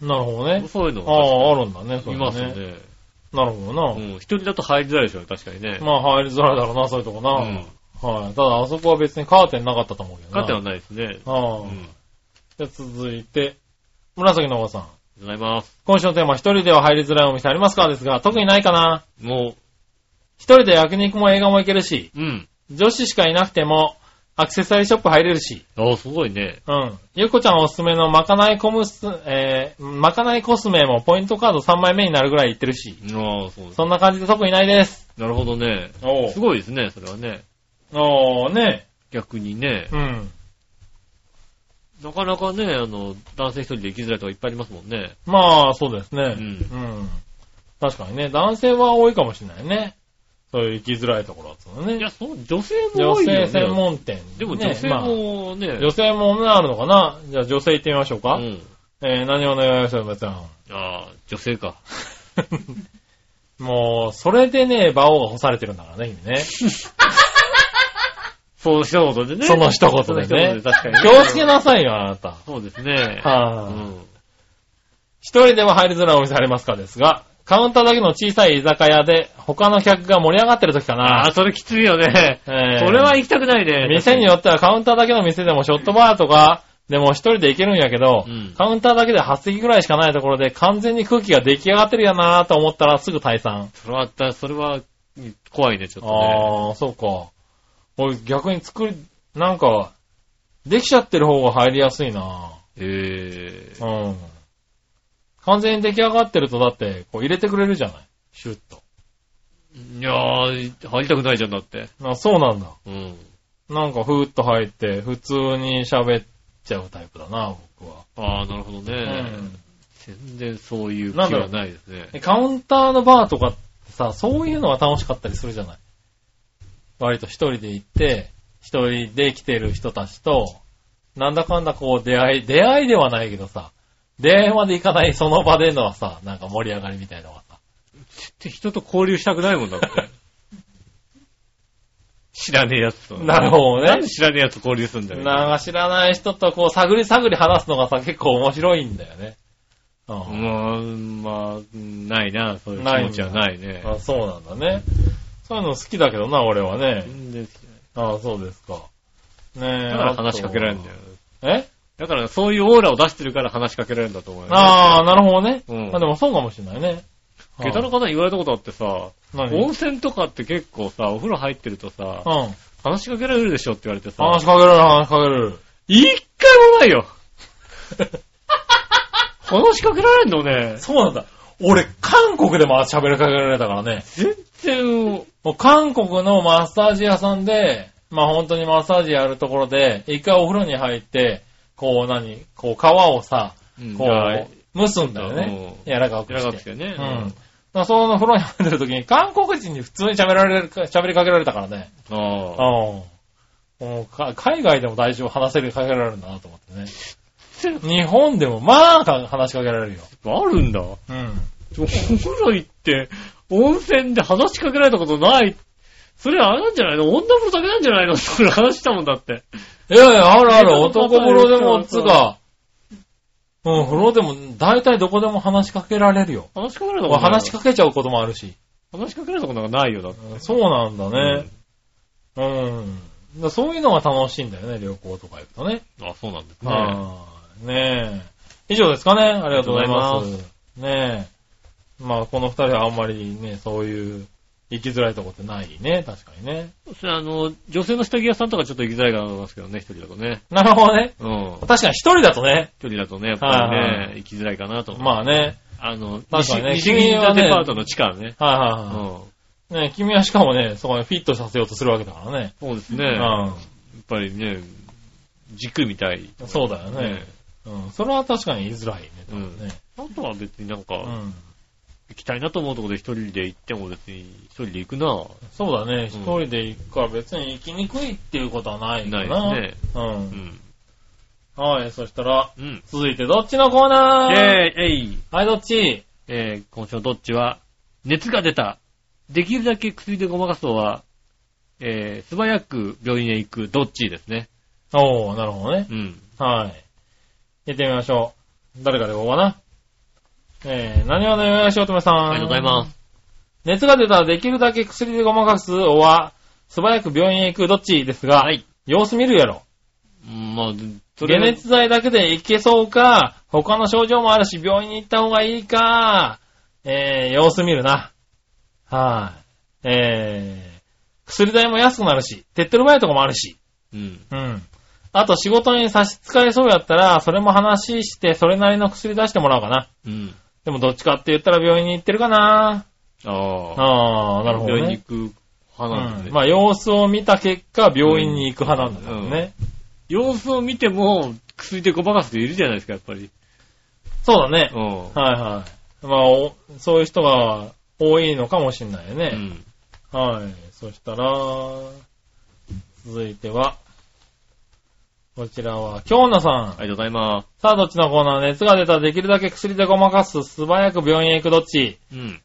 なるほどね。
そういうの
あ
が
あ、あるんだね。そ
いう
うの
ますね。
なるほ
う
どな。
ん。一人だと入りづらいでしょうね、確かにね。
まあ入りづらいだろうな、そういうとこな。
うん。
はい。ただ、あそこは別にカーテンなかったと思うけどな。
勝てはないですね。
は
う
い
ん。あり
じゃあ続いて、紫のおばさん。
がとうございます。
今週のテーマ、一人では入りづらいお店ありますかですが、特にないかな。
も
一人で焼肉も映画も行けるし、
う、うん。
女子しかいなくても、アクセサリーショップ入れるし、
あすごいね。
うん。ゆっこちゃんおすすめのまかないコムス、えー、まかないコスメもポイントカード3枚目になるぐらいいってるし、
ああ、そうです
そんな感じで特にないです。
なるほどね。
お
すごいですね、それはね。
おね
逆にね
う。ん。
なかなかね、あの、男性一人で生きづらいとかいっぱいありますもんね。
まあ、そうですね。
う
うんん。確かにね、男性は多いかもしれないね。そういう生きづらいところっていうのはい
や、
ね。
そう、女性も
女
多いよね。
性専門店、
でも女性
ねまあ
もね、
女性もねあるのかなじゃあ女性行ってみましょうか。
うん。
えー、何を願いましょう、皆さん。
ああ、女性か。
もう、それでね、馬王が干されてるんだからね、君ね。
そう、一言でね。
その一言でね
その一言確かにね。
気をつけなさいよ、あなた。
そうですね。う
はぁ、
ん。
一人でも入りづらいお店ありますかですが、カウンターだけの小さい居酒屋で、他の客が盛り上がってる時か
あ
な
あ、。それきついよね。
えー
それは行きたくないね。
店によってはカウンターだけの店でもショットバーとか、でも一人で行けるんやけど、
うん
カウンターだけで8席ぐらいしかないところで完全に空気が出来上がってるやなと思ったらすぐ退散。
それはあった、それは怖いね、ちょっとね。
ああ、そうか。俺逆に作り、なんか、できちゃってる方が入りやすいな
ええ。
うん。完全に出来上がってるとだって、こう入れてくれるじゃないシュッと。
いやー、入りたくないじゃんだって。
あそうなんだ。
うん。
なんかふーっと入って、普通に喋っちゃうタイプだな、僕は。
ああ、なるほど
う
ね。
ん。
全然そういう気
なんだろ
は
う
ないですね。
でカウンターのバーとかってさ、そういうのが楽しかったりするじゃない。割と一人で行って、一人で来てる人たちと、なんだかんだこう出会い、出会いではないけどさ、出会いまで行かないその場でのさ、なんか盛り上がりみたいなのがさ、
って人と交流したくないもんだって。 知らねえやつと。
なるほどね
なんで知らねえやつと交流するんだよ。
なんか知らない人とこう探り探り話すのがさ、結構面白いんだよね。う。
うんーん、まあ、ないな、そういう気持ちはないね。
あそうなんだね。そういうの好きだけどな、俺はね。
全然好きじ
あそうですか。ねえ。
ゃないだから話しかけられるんだよ。
あと。え
だからそういうオーラを出してるから話しかけられるんだと思うよ、ね。
ああ、なるほどね。
うん
まあでもそうかもしれないね。
下駄の方に言われたことあってさ、
何う
温
ん。
泉とかって結構さ、お風呂入ってるとさ、話しかけられるでしょって言われてさ、
話しかけられる、話しかけられる。
一回もないよ話しかけられんのね。
そうなんだ。俺、韓国でも喋りかけられたからね。
全然、
もう韓国のマッサージ屋さんで、まあ本当にマッサージやるところで、一回お風呂に入って、こう何こう皮をさ、
うん
こう、蒸すんだよね。
うん
柔らかく
やらかく
し
て。
て
ね。
うん。だからその風呂に入ってる時に、韓国人に普通に喋られるか、喋りかけられたからね。
ああ。
うん。もうか海外でも大丈夫話せるかけられるんだなと思ってね。日本でもまあか話しかけられるよ。
あるんだ。
うん。
お風呂行って、温泉で話しかけられたことない。それあれなんじゃないの女風呂だけなんじゃないのそれ話したもんだって。
いやいや、あるあ
え
る、
そんなこと
男風呂でも、つうか、うん、風呂でも、大体どこでも話しかけられるよ。
話しかけられたことない。
話しかけちゃうこともあるし。
話しかけられたことがないよ、だって。
そうなんだね。うん。だからそういうのが楽しいんだよね、旅行とか行くとね。
あ、そうなんですね。
はいねえ。以上ですかね。ありがとうございま
あり
す。ねえ。まあ、この二人はあんまりね、そういう、生きづらいとこってないね。確かにね。
それあの、女性の下着屋さんとかちょっと行きづらいかなと思いますけどね、一人だとね。
なるほどね。
うん。
確かに一人だとね。
一人だとね、やっぱ
は
り
い
ね、行きづらいかなと思う。
まあね。
あの、
確かにね
西西銀座
君はね
デパートの地下ね。
はいは
う
い
ん。
はい。ねえ君はしかもね、そこにフィットさせようとするわけだからね。
そうですね。
う
やっ
ん。
ぱりね、軸みたい。
そうだよね。うん。それは確かに言いづらいね。多分ね
あとは別になんか、
うん。
行きたいなと思うところで一人で行っても別に一人で行くな。
そうだ
う
ね。
ん
一人で行くから別に行きにくいっていうことはないか
な
な。
いですね。
う。
うんん。
はい。そしたら、
うん。
続いてどっちのコーナー
えー、えい。
はい、どっち
えー、今週のどっちは、熱が出た。できるだけ薬でごまかそうは、えー、素早く病院へ行く、どっちですね。
おー、なるほどね。
うん。
はい。行ってみましょう。誰かでこうかな。えー、何をのよやしおとめさん。
ありがとうございます。
熱が出たらできるだけ薬でごまかすおは、素早く病院へ行くどっちですが、
はい。
様子見るやろ。
うんまあ、それ
解
は、
熱剤だけでいけそうか、他の症状もあるし病院に行った方がいいか、えー、様子見るな。はい。えー、薬代も安くなるし、手っ取り早いとこもあるし、
うん。
うん。あと仕事に差し支えそうやったら、それも話して、それなりの薬出してもらおうかな。
うん。
でもどっちかって言ったら病院に行ってるかな。
ああ。
ああ、なるほど
病院
ね
に。行く派なんですね。
うんまあ様子を見た結果、病院に行く派なんだけどね。
様子を見ても、薬でごまかす人いるじゃないですか、やっぱり。
そうだね
う。ん。う
はいはい。まあ、おそういう人が多いのかもしんないよね。
ん。
はい。そしたら、続いては、こちらは、京奈さん。
ありがとうございま
さあ、どっちのコーナー熱が出たらできるだけ薬でごまかす。素早く病院へ行くどっち
す。うん。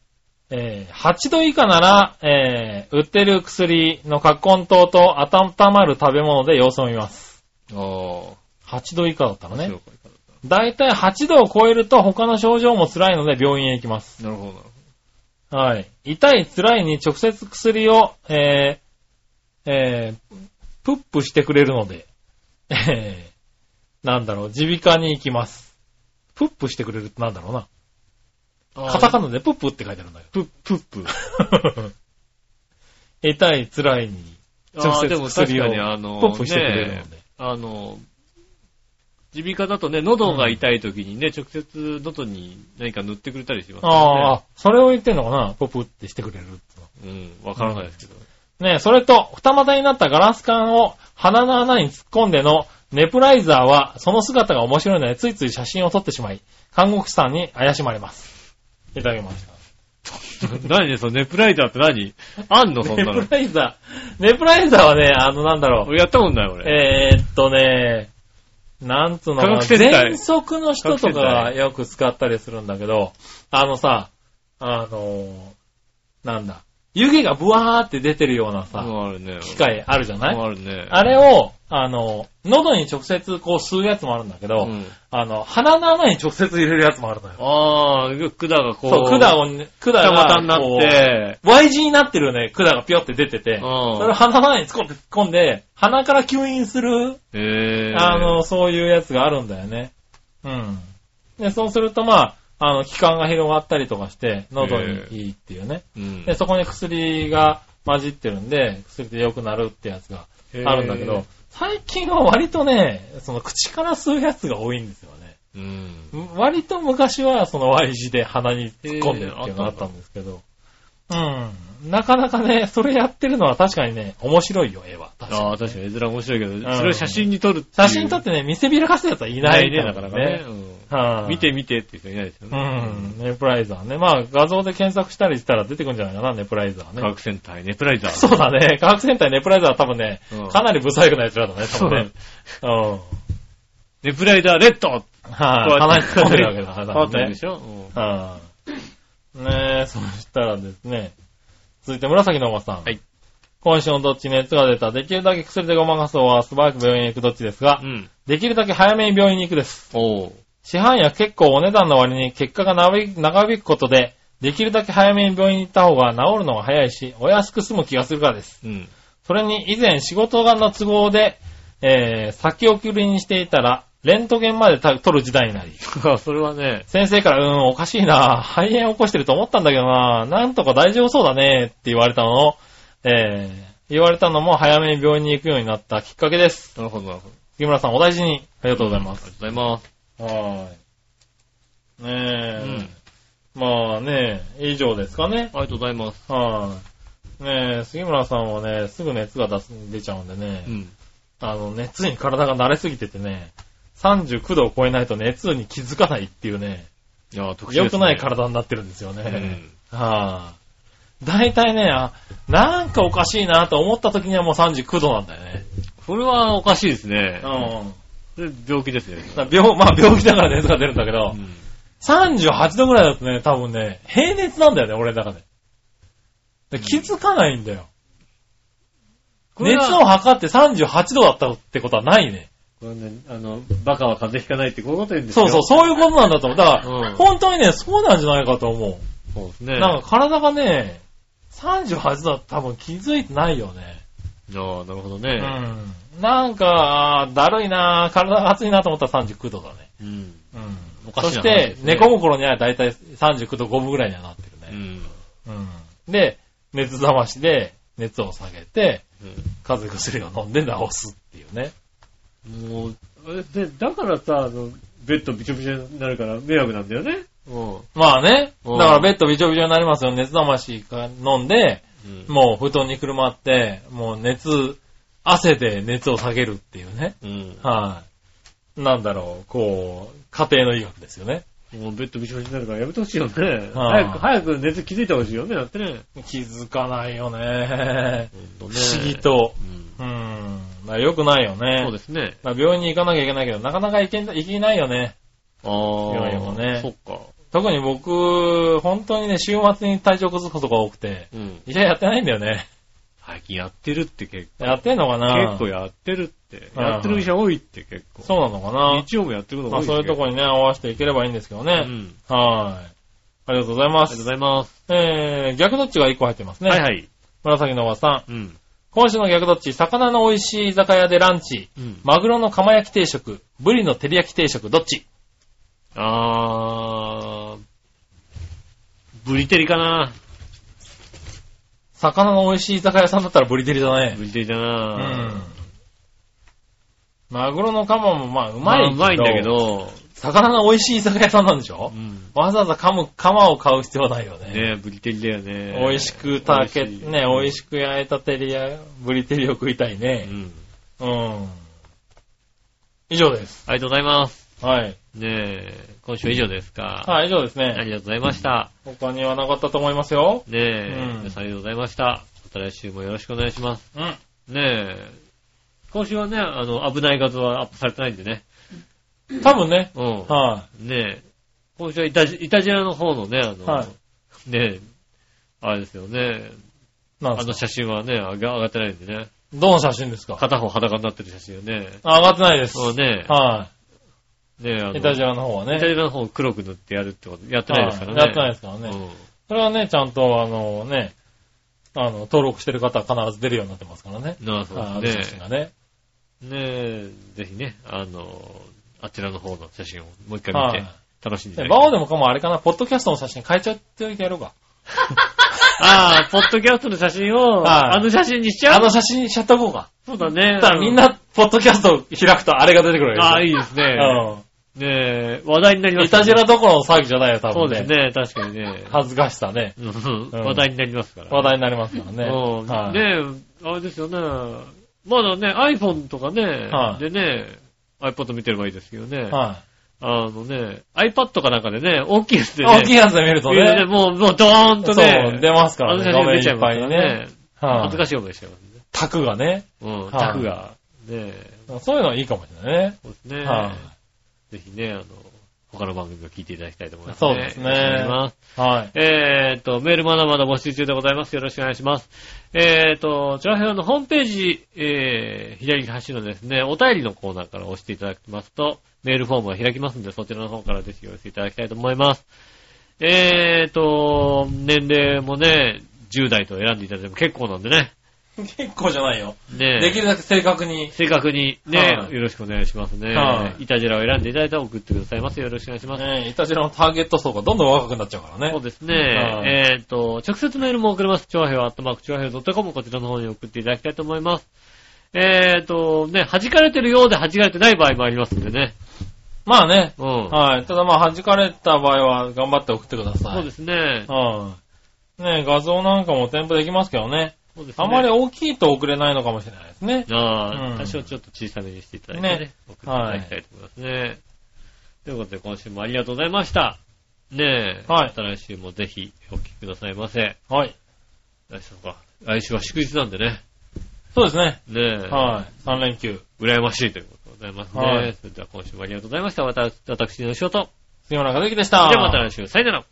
えー、8度以下なら、えー、売ってる薬の葛根糖と温まる食べ物で様子を見ます。
ああ。
8度以下だったらね
そう。か
だいたい8度を超えると他の症状も辛いので病院へ行きます。
なるほどなるほ
はい。痛い、辛いに直接薬を、えー、えー、プップしてくれるので、えー、なんだろう、耳鼻科に行きます。プップしてくれるってなんだろうな。
ど。
カタカ
ナ。
ナでプップって書いてあ るんだよ。
プップップ。
痛い、辛いに直
ああ、
接
でも確
薬を
か
プ
にあの、
ップしてくれる
ね
ので。
あの、耳鼻科だとね、喉が痛い時にね、直接喉に何か塗ってくれたりします
あ
か
あ、それを言ってんのかなプップってしてくれるってのは
らね。うん、わからないですけど。
ねえ、それと、二股になったガラス管を鼻の穴に突っ込んでのネプライザーは、その姿が面白いので、ついつい写真を撮ってしまい、看護師さんに怪しまれます。いただきました。
何ね、そのネプライザーって何あ んのそん
ネ
なの
プ。ライザー、ネプライザーはね、あの、なんだろう。
俺やったことない、俺。
えー、っとね、なんつうのか
化
な、
学接待
喘息の人とか
化学接
がよく使ったりするんだけど、あのさ、あの、なんだ、湯気がブワーって出てるようなさ、
もうあるね。
機械あるじゃない
もうあるね。
あれを、あの、喉に直接こう吸うやつもあるんだけど、
うん
あの、鼻の穴に直接入れるやつもあるのよ。
ああ、管がこう。
そう、管をね、
二
管が
股
こ
に
う
なって、
Y 字になってるね、管がピョって出てて、
ん
それを鼻の穴に突っ込んで、突っ込んで、鼻から吸引する、
えー、
あの、、そういうやつがあるんだよね。うん。で、そうすると、まあ、あの、気管が広がったりとかして、喉にいいっていうね。
うん
で、そこに薬が混じってるんで、薬で良くなるってやつがあるんだけ
へー
ど、最近は割とね、その口から吸うやつが多いんですよね。
うん。
割と昔はその Y 字で鼻に突っ込んでるっていうの
へー
があったんですけど、うん。なかなかね、それやってるのは確かにね、面白いよ、絵は。確かに
ああ、確かに絵面面白いけど、
ん
それを写真に撮るっていう
写真撮ってね、見せびらかすやつはい
い
な
ないいね、
ら
なかなかね。。うん
はい
見て見てっていう人いないですよ
う
ね。
ん、ネプライザーね。まあ、画像で検索したりしたら出てくるんじゃないかな、ネプライザーね。
科学センターにネプライザー。
そうだね。科学センターにネプライザーは多分ね、
うん
かなりブサイクなやつらだね、多分ね。うん。
ネプライザーレッドこ
はい。鼻に込んでるわけ だから、
あ
多
った
分
んで
ね。
しょうん
うん。ねえ、そしたらですね、続いて紫のおばさん。
はい。
今週のどっち熱が出た、できるだけ薬でごまかそうは素早く病院へ行くどっちですが、
うん。
できるだけ早めに病院に行くです。
おう。
市販薬結構お値段の割に結果が長引長引くことで、できるだけ早めに病院に行った方が治るのが早いし、お安く済む気がするからです。
うん。
それに以前仕事がの都合で、えー、先送りにしていたら、レントゲンまでた取る時代になり、
それはね、
先生から、うん、おかしいな、肺炎起こしてると思ったんだけどな、なんとか大丈夫そうだね、って言われたのを、えー、言われたのも早めに病院に行くようになったきっかけです。
なるほど、なるほど。
木村さんお大事に。ありがとうございます。
ありがとうございます。
はーい。ねえ、
うん
まあねえ、以上ですかね。
ありがとうございます。
はい。ねえ、杉村さんはね、すぐ熱が出す出ちゃうんでね。
うん。
あの、熱に体が慣れすぎててね、39度を超えないと熱に気づかないっていうね、
いやー、特殊
良くない
ら。
体になってるんですよ
う
ね。
ん。
はぁ、だいたいね、あ、なんかおかしいなと思った時にはもう39度なんだよね。
それはおかしいですね。
うん。
それ病気ですよね。
だから病、ま あ病気だから熱が出るんだけど、
うん
38度ぐらいだとね、多分ね、平熱なんだよね、俺の中で。で気づかないんだよ。
これは
熱を測って38度だったってことはないね。
これね、あの、バカは風邪ひかないってこういうこと言うんです
そう
よ。
そう、そういうことなんだと思う。だから、
うん
本当にね、そうなんじゃないかと思う。
そうですね。
なん
か、
か体がね、38だと多分気づいてないよね。
ああ、なるほど
う
ね。
ん。なんか、あーだるいなー体が熱いなと思ったら39度だね。
うん。
うん。
おか
そ
しい
し
な話
て
で、すね
寝込む頃にはだいたい39度5分ぐらいにはなってる
う
ね。
ん。
うん。で、熱冷ましで熱を下げて、風邪薬を飲んで治すっていうね。
うんもう、あれで、だからさ、あの、ベッドびちょびちょになるから迷惑なんだよね。うん。
まあね、だ
うん
からベッドびちょびちょになりますよ。熱冷ましが飲んで、もう布団にくるまって、もう熱、汗で熱を下げるっていうね。
うん。
はなんだろう、こう、家庭の医学ですよね。
もうベッドびしょびしょになるからやめてほしいよね。
はあ
早く、早く寝て気づいてほしいよね、だってね。
気づかないよね。
不
不思議。と。
うん
うん。だ良くないよね。
そうですね。
だから病院に行かなきゃいけないけど、なかなか行けん行けないよね。
ああ。
いやいやもうね
そっか。
特に僕、本当にね、週末に体調崩すことが多くて、
うん。
医者やってないんだよね。
最近やってるって結
やってんのか
構、
な
結構やってるって。
ああ
やってる医者多いって結構。
そうなのかな
日曜もやってるの
ま
が多
あ
い
そういうとこ
に
にね、合わせていければいいんですけど
ね。
ね
う。ん。
はい。ありがとうございま
ありがとうご。
す
ざいます。
えー、逆どっちが1個入ってますね。
はいはい。
紫の和さん。
うん。
今週の逆どっち、魚の美味しい居酒屋でランチ、
うん。
マグロの釜焼き定食、ブリの照り焼き定食、どっち
あー、ブリテリかな。
魚の美味しい居酒屋さんだったらブリ照りだね。
ブリテリだ
う
な。
ん。マグロの釜もまあう
ま
ま
あ
いけ
う
ど。
まいんだけど、
魚の美味しい居酒屋さんなんでしょ
うん。
わざわざ噛む、釜を買う必要はないよね。
ねブリテリだよね。
美味しくたけ、
美味しい
ね、美味しく焼いた照りや、ブリ照りを食いたいうね。
ん。
うん。以上です。
ありがとうございます。
はい。
ねえ、今週は以上ですか。
はい、以上です
あり
ね。
がとうございました。
他にはなかったと思いますよ。
ねえ、
うん
皆さんありがとうございました。また来週もよろしくお願いします。
うん。
ねえ、今週はね、あの、危ない画像はアップされてないんでね。
多分ね。
うん。
は
ねえ、今週はいたじ、いたじらの方のね、あの、
は
ねえ、あれですよね、
い。なん
あ
す
の
か
写真はね、上が上がってないんでね、
どの写真ですか
片方裸になってる写真よね。
あ上がってないです。
そうね、
は
ねえ、あの、
い。
イ
イタ
タジ
ジラの方はね。
ラの方を黒く塗ってやるってこと、やってないですからね。
はいやってないですからね。
うん
それはね、ちゃんと、あのね、あの、登録してる方は必ず出るようになってますからね。
なあ、
あ
そう
の
です
写
ね
真。がね。
ねえ、ぜひね、あの、あちらの方の写真をもう一回見
は
て
い、
楽しんでいた
で
だき
バ
たい
オでもかもあれかな、ポッドキャストの写真変えちゃっておいてやろうか。
ああ、ポッドキャストの写真を、
はい
あの写真にしちゃ
あ
う
の写真にしちゃっとこうか。
そうだね
そしたら。みんな、ポッドキャストを開くとあれが出てくる
あ
わ
あ、
け
い
で
いです
す
ね。
よ。
ねえ、話題になり
うん。
ま
い
すね。
たじらどころの騒ぎじゃないよ、多
そう
分
です
ね。
ね、確かにね。
恥ずかしさね。
うん
うん
話題になりますから。
話題になりますからね。
うん
はい
ねえ、あれですよね。まだね、iPhone とかね
は、い
でね、iPad 見てればいいですけどね。
は
あのね、iPad かなんかでね、大きいやつ
い。
でね。
大きいやつで見ると
みんなね
ね。
もう、もうドーンと
そう、
ね。
出ますか
あ
ら
の
ね。
写
画
真
面い
出ちゃい
っ
ま
ぱ
すか
い
ら
にね。
ね。恥ず
は
か
い。
しい思いしちゃいますね。
タクがね。
うん、
はい
タクが。ねえ、
そういうのはいいかもしれないね。
そうですね。
は
ぜひね、あの、他の番組を聞いていただきたいと思います、
そうですね
よろしくお願いします。
い。はい。
えーっと、メールまだまだ募集中でございます。よろしくお願いします。えーっと、チョアヘヨのホームページ、えー、左端のですね、お便りのコーナーから押していただきますと、メールフォームが開きますので、そちらの方からぜひお寄せいただきたいと思います。えーっと、年齢もね、10代と選んでいただいても結構なんでね。
結構じゃないよ。
ね
できるだけ正確に。
正確にね、
はい
よろしくお願いしますね。、
はい
たじらを選んでいただいたら送ってくださいます。よろしくお願いします。
ねえ、いたじらのターゲット層がどんどん若くなっちゃうから
そう
ね。
ですね。
はい
えっ、と、直接メールも送れます。長平はアットマーク、長平 .com こちらの方に送っていただきたいと思います。えっ、と、ね、弾かれてるようで弾かれてない場合もありますんでね。
まあね。
うん。
はい。ただまあ、弾かれた場合は頑張って送ってください。
そうですね。
はい。ねえ、画像なんかも添付できますけどね。
そうですね。
あまり大きいと送れないのかもしれないですね。
ああ、
うん
多少ちょっと小さめにしていただいてね、
ね
送っていただきたいと思いますね。ということで、今週もありがとうございました。ねえ、
はい
また来週もぜひお聞きくださいませ。
はい。
来週か。来週は祝日なんでね。
そうですね。
ねえ。
はい。3連休。
羨ましいということでございますね。
はい
それでは今週もありがとうございました。また、私の仕事。
杉村和之でし
で
た。
はまた来週、さよなら。